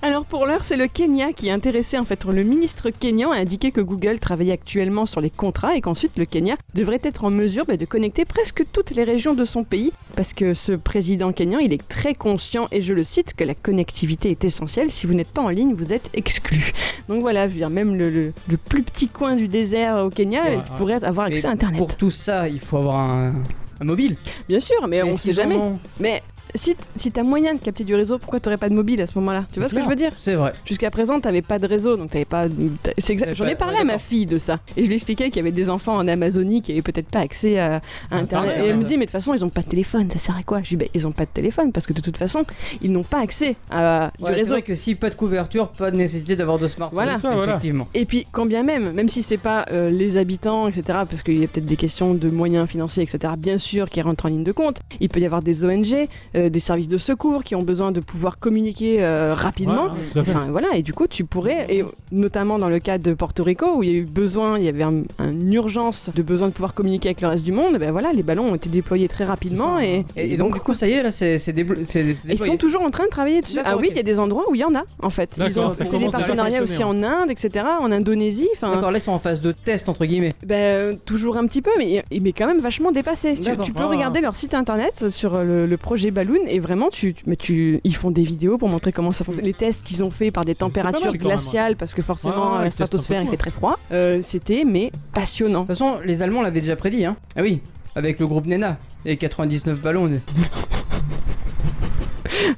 Alors pour l'heure, c'est le Kenya qui est intéressé. En fait, le ministre kenyan a indiqué que Google travaillait actuellement sur les contrats et qu'ensuite le Kenya devrait être en mesure bah, de connecter presque toutes les régions de son pays. Parce que ce président kenyan, il est très conscient, et je le cite, que la connectivité est essentielle. Si vous n'êtes pas en ligne, vous êtes exclu. Donc voilà, je veux dire, même le, le- le plus petit coin du désert au Kenya Ouais, il ouais. pourrait avoir accès Mais à Internet. Pour tout ça, il faut avoir un, un mobile. Bien sûr, mais, Et on si sait jamais. vraiment- Mais si, t- si t'as moyen de capter du réseau, pourquoi t'aurais pas de mobile à ce moment-là Tu vois ce que clair. je veux dire C'est vrai. Jusqu'à présent, t'avais pas de réseau, donc t'avais pas. t'as- c'est exact- T'avais J'en ai pas- parlé ouais, à ma d'accord. fille de ça, et je lui expliquais qu'il y avait des enfants en Amazonie qui avaient peut-être pas accès à, à Ah, Internet. pareil, et elle ouais. me dit, mais de toute façon, ils ont pas de téléphone, ça sert à quoi Je lui dis, bah, ils ont pas de téléphone parce que de toute façon, ils n'ont pas accès à Ouais, du c'est réseau. vrai que si pas de couverture, pas de nécessité d'avoir de smartphone. Voilà. C'est ça, voilà. Effectivement. Et puis, quand bien même, même si c'est pas euh, les habitants, etc., parce qu'il y a peut-être des questions de moyens financiers, etc., bien sûr, qui rentrent en ligne de compte, il peut y avoir des ONG, euh, des services de secours qui ont besoin de pouvoir communiquer euh, rapidement. Ouais, tout à fait. Enfin voilà, et du coup tu pourrais, et notamment dans le cas de Porto Rico où il y a eu besoin, il y avait un- une urgence de besoin de pouvoir communiquer avec le reste du monde, et ben voilà, les ballons ont été déployés très rapidement C'est ça. et, Et, et donc, du coup, ça y est, là, c'est c'est déblo- c'est- c'est ils déployé. sont toujours en train de travailler dessus. D'accord, Ah oui, ok. il y a des endroits où il y en a en fait. Ils D'accord, ont ça fait des commence à partenariats aussi fonctionner, en Inde, etc., en Indonésie, enfin D'accord, là, ils sont en phase de test, entre guillemets. ben, euh, toujours un petit peu, mais, mais quand même vachement dépassé. Tu, D'accord. tu peux Ah. regarder leur site internet sur euh, le, le projet Balloon et vraiment, tu, tu- mais tu, ils font des vidéos pour montrer comment ça fonctionne. Les tests qu'ils ont fait par des C'est- c'est pas mal, températures quand même. glaciales, parce que Ouais, ouais, forcément, ouais, la les tests en stratosphère, il photo, fait très froid. Euh, C'était, mais passionnant. De toute façon, les Allemands l'avaient déjà prédit, hein. Ah oui, avec le groupe Nena. Et 99 ballons.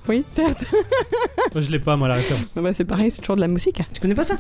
Oui, Je l'ai pas, moi, la référence. Non, bah, c'est pareil, c'est toujours de la musique. Tu connais pas ça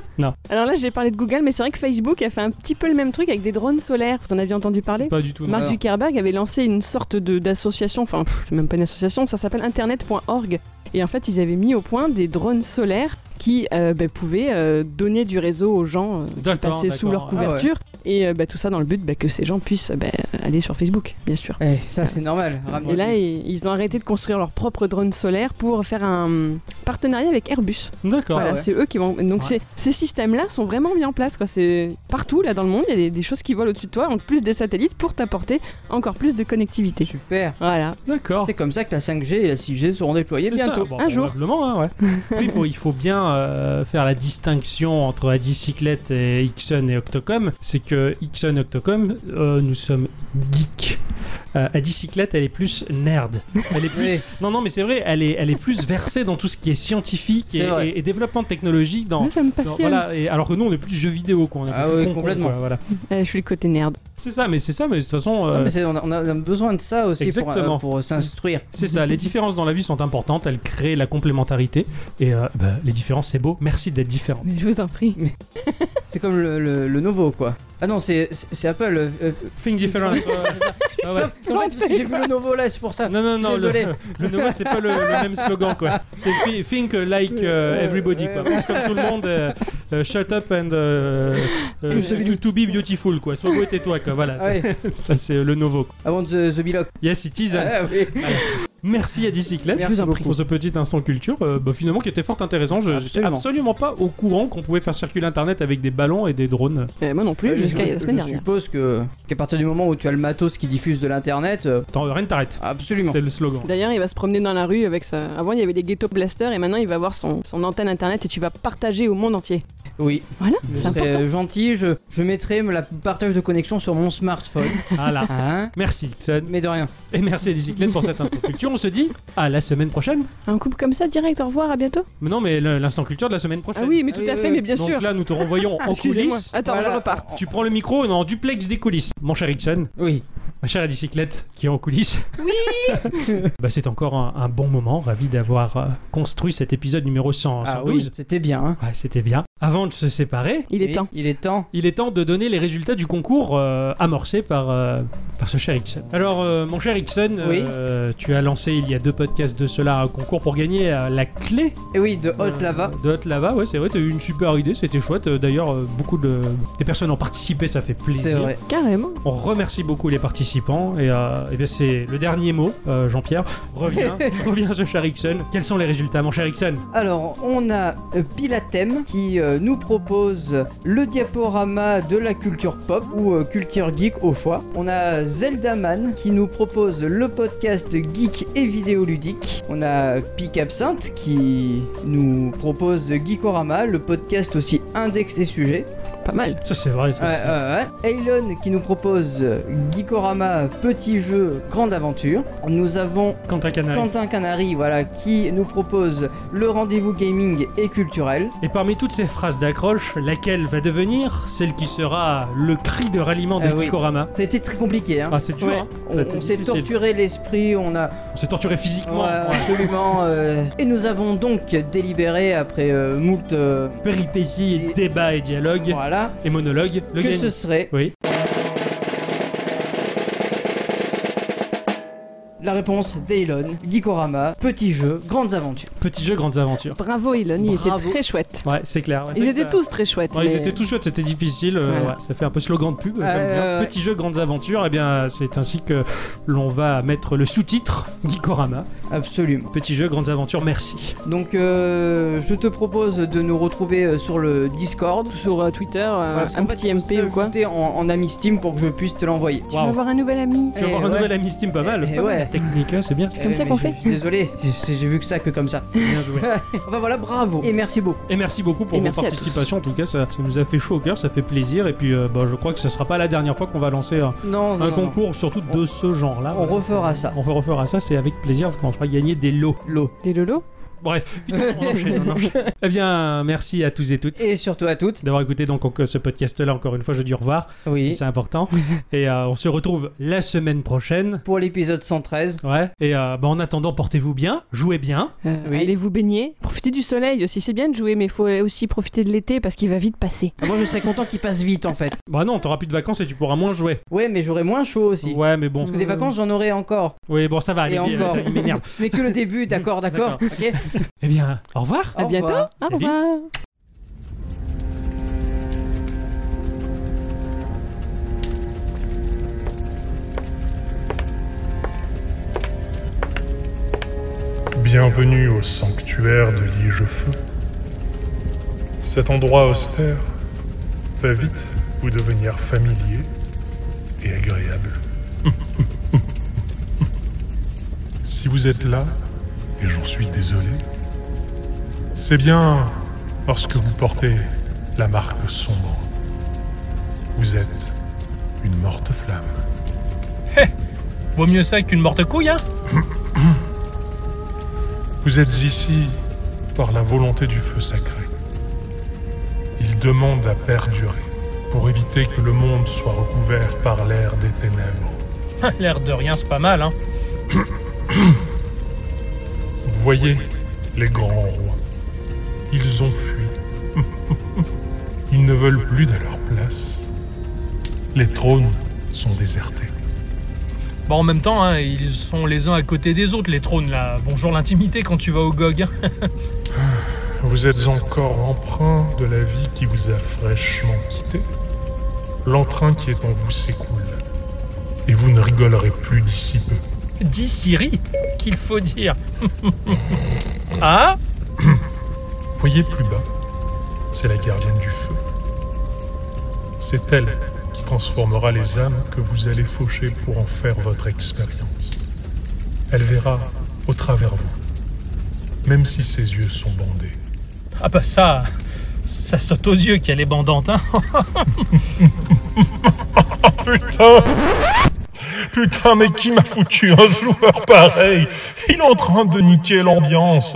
Alors là, j'ai parlé de Google, mais c'est vrai que Facebook a fait un petit peu le même truc avec des drones solaires. Vous en aviez entendu parler Pas du tout. non. Mark Alors. Zuckerberg avait lancé une sorte de- d'association, enfin, pff, c'est même pas une association, ça s'appelle internet.org. Et en fait, ils avaient mis au point des drones solaires qui euh, bah, pouvaient euh, donner du réseau aux gens euh, qui D'accord, passaient sous leur d'accord. couverture. Et euh, bah, tout ça dans le but bah, que ces gens puissent bah, aller sur Facebook, bien sûr. Eh, ça, c'est normal. Et Ramener- là, ils ils ont arrêté de construire leurs propres drones solaires pour faire un hum, partenariat avec Airbus. D'accord. Voilà, ouais. c'est eux qui vont. Donc Ouais. ces- ces systèmes-là sont vraiment mis en place. Quoi. C'est partout là dans le monde, il y a des, des choses qui volent au-dessus de toi, en plus des satellites, pour t'apporter encore plus de connectivité. Super. Voilà. D'accord. C'est comme ça que la 5G et la 6G seront déployées Oh. C'est ça. bientôt. Bon, un jour. probablement, hein, ouais. Oui, il, faut, il faut bien euh, faire la distinction entre Adicyclette et Ixon et Octocom. C'est que Ixon et Octocom, euh, nous sommes geeks. Euh, Adicyclette, elle est plus nerd. Elle est plus... Oui. Non, non, mais c'est vrai, elle est, elle est plus versée dans tout ce qui est scientifique C'est et, vrai. et- et développement technologique. Dans, Moi, ça me dans- passionne. voilà, et alors que nous, on est plus jeux vidéo. Quoi. On est Ah plus oui, con, con, complètement. quoi, voilà. Euh, je suis le côté nerd. C'est ça, mais c'est ça, mais de toute façon. Non, euh, mais c'est- on, a, on a besoin de ça aussi pour, Exactement. euh, pour s'instruire. C'est ça, les différences dans la vie sont importantes, elles créent la complémentarité. Et euh, bah, les différences, c'est beau. Merci d'être différent. Mais je vous en prie. C'est comme le, le, le Novo, quoi. Ah non, c'est c'est- c'est Apple. euh, euh, Think different. Ouais, Ah ouais, ouais. Non, en fait, c'est parce que j'ai vu le Novo là, c'est pour ça. Non, non, non, le, Désolé. le nouveau, c'est pas le, le même slogan, quoi. C'est thi- think like euh, everybody, quoi. Pense comme tout le monde, euh, euh, shut up and euh, euh, And so be- to, to be beautiful, quoi. Sois beau et tais-toi, quoi. Voilà, Ah oui, ça, ça, c'est le nouveau. quoi. avant The, the Belock. Yes, it is. Ah oui. Merci à Dicyclette. Merci beaucoup. pour ce petit instant culture, euh, bah, finalement qui était fort intéressant. Je j'étais Absolument. absolument pas au courant qu'on pouvait faire circuler Internet avec des ballons et des drones. Euh, moi non plus, Euh, jusqu'à je- la semaine je dernière. suppose que qu'à partir du moment où tu as le matos qui diffuse de l'internet, euh, Attends, rien ne t'arrête. absolument. C'est le slogan. D'ailleurs, il va se promener dans la rue avec sa. Avant, il y avait des ghetto blasters et maintenant, il va avoir son, son antenne internet et tu vas partager au monde entier. Oui, Voilà, je c'est serais important. gentil, je, je mettrai la partage de connexion sur mon smartphone. Voilà. Hein Merci, Xen. Mais de rien. Et merci à Dicyclette pour cet instant culture. On se dit à la semaine prochaine. Un couple comme ça, direct, au revoir, à bientôt. Mais non, mais le- l'instant culture de la semaine prochaine. Ah oui, mais tout oui, à oui, fait, oui. mais bien Donc sûr. là, nous te renvoyons en Excusez-moi. Ah. coulisses. Attends, Voilà. je repars. Tu prends le micro, on est en duplex des coulisses. Mon cher Ixon, Oui. ma chère bicyclette qui est en coulisses. Oui bah, C'est encore un, un bon moment. Ravi d'avoir euh, construit cet épisode numéro 100, Ah 112. oui, c'était bien. hein. Ouais, c'était bien. Avant de se séparer, Il est Oui, temps. Il est temps. il est temps de donner les résultats du concours euh, amorcé par, euh, par ce cher Ixon. Alors, euh, mon cher Ixon, Oui. euh, tu as lancé il y a deux podcasts de cela un concours pour gagner euh, la clé Et oui, de Hot euh, Lava. Ah, De Hot Lava, ouais, c'est vrai, t'as eu une super idée, c'était chouette. Euh, D'ailleurs, euh, beaucoup de des personnes ont participé, ça fait plaisir. C'est vrai. Carrément. On remercie beaucoup les participants et, euh, eh bien c'est le dernier mot, euh, Jean-Pierre. Reviens, reviens ce cher Ixon. Quels sont les résultats, mon cher Ixon Alors, on a euh, Pilatem qui euh, nous propose le diaporama de la culture pop ou euh, culture geek au choix. On a Zelda Man qui nous propose le podcast geek et vidéoludique. On a Pic Absinthe qui nous propose Geekorama, le podcast aussi index et sujet. Pas mal. Ça c'est vrai. Ça, Ouais, c'est- ouais, ouais. Elon qui nous propose euh, Geekorama, petit jeu, grande aventure. Nous avons Quentin Canal. Quentin Canary, voilà, qui nous propose le rendez-vous gaming et culturel. Et parmi toutes ces phrases d'accroche, laquelle va devenir celle qui sera le cri de ralliement de Ah oui. Kikorama C'était très compliqué, hein. Ah c'est dur. Ouais. hein. Ça On, a été on s'est difficile. torturé l'esprit, on a On s'est torturé physiquement. ouais, absolument. euh, Et nous avons donc délibéré après euh, moult euh, Péripéties, Si- débats et dialogues voilà et monologues. Le que gagnant- ce serait Oui. la réponse d'Elon, Gikorama, petit jeu, grandes aventures. Petit jeu, grandes aventures. Bravo, Elon, il Bravo. était très chouette. Ouais, c'est Ah, clair. Ouais, Ils c'est étaient que ça- tous très chouettes. Ouais, Ils mais- étaient tous chouettes, c'était difficile. euh, Voilà. ouais, ça fait un peu slogan de pub. j'aime Ouais, bien. Euh, ouais, ouais. Petit jeu, grandes aventures. Et bien, c'est ainsi que l'on va mettre le sous-titre Gikorama. Absolument. Petit jeu, grandes aventures. Merci. Donc euh, je te propose de nous retrouver euh, sur le Discord. sur euh, Twitter, euh, Voilà, parce un qu'en fait, petit faut MP ou quoi. s'ajouter En, en ami Steam pour que je puisse te l'envoyer. Tu vas avoir un nouvel ami. Tu vas Eh avoir un ouais. nouvel ami Steam, pas mal. Eh Pas mal, ouais. la technique, hein, c'est bien. C'est comme ça mais qu'on je- fait. je suis Désolé, j'ai j'ai vu que ça que comme ça. C'est bien joué. Bah voilà, bravo et merci beaucoup. Et merci beaucoup pour Et vos merci à participations. En tout cas, ça, ça nous a fait chaud au cœur, ça fait plaisir. Et puis, euh, bah, je crois que ce sera pas la dernière fois qu'on va lancer un, Non, non, un non, concours, surtout On- de ce genre-là. non. on refera ça. On va refaire à ça, c'est avec plaisir parce qu'on fera gagner des lots. L'eau. Des lolos Bref, putain, on enchaîne, on enchaîne. Eh bien, merci à tous et toutes Et surtout à toutes. d'avoir écouté donc encore ce podcast-là. Encore une fois, je dis au revoir, Oui. c'est important. et euh, on se retrouve la semaine prochaine. Pour l'épisode 113. Ouais. Et euh, bah, en attendant, portez-vous bien, jouez bien. Euh, Oui. Allez vous baigner, profitez du soleil aussi, c'est bien de jouer, mais il faut aussi profiter de l'été parce qu'il va vite passer. Ah, moi je serais content qu'il passe vite en fait. Bah non, t'auras plus de vacances et tu pourras moins jouer. Ouais, mais j'aurais moins chaud aussi. Ouais, mais bon. Parce que des vacances j'en aurais encore. Oui, bon, ça va. Mm. et allez, euh, encore. il m'énerve. Ce n'est que le début, d'accord, d'accord. Ok. Eh bien, au revoir. À Au bientôt, revoir. au Salut. revoir. Bienvenue au sanctuaire de Liegefeu. Cet endroit austère va vite vous devenir familier et agréable. si vous êtes là, et j'en suis désolé, c'est bien parce que vous portez la marque sombre. Vous êtes une morte flamme. Vaut mieux ça qu'une morte couille, hein Vous êtes ici par la volonté du feu sacré. Il demande à perdurer pour éviter que le monde soit recouvert par l'ère des ténèbres. Ah, L'air de rien, c'est pas mal, hein Vous voyez les grands rois. Ils ont fui. Ils ne veulent plus de leur place. Les trônes sont désertés. Bon, en même temps, hein, ils sont les uns à côté des autres, les trônes, là. Bonjour l'intimité quand tu vas au GOG. Vous êtes encore empreint de la vie qui vous a fraîchement quitté. L'entrain qui est en vous s'écoule. Et vous ne rigolerez plus d'ici peu. Dis Siri, qu'il faut dire. ah Voyez plus bas, c'est la gardienne du feu. C'est elle qui transformera les âmes que vous allez faucher pour en faire votre expérience. Elle verra au travers vous, même si ses yeux sont bandés. Ah bah ça, ça saute aux yeux qu'elle est bandante, hein Putain Putain, mais qui m'a foutu un joueur pareil Il est en train de niquer l'ambiance.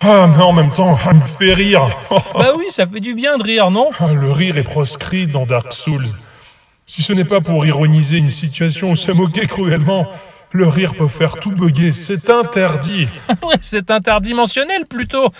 Ah, mais en même temps, elle me fait rire. Bah oui, ça fait du bien de rire, non Ah, Le rire est proscrit dans Dark Souls. Si ce n'est pas pour ironiser une situation ou se moquer cruellement, le rire peut faire tout bugger, c'est interdit. Ouais, c'est interdimensionnel plutôt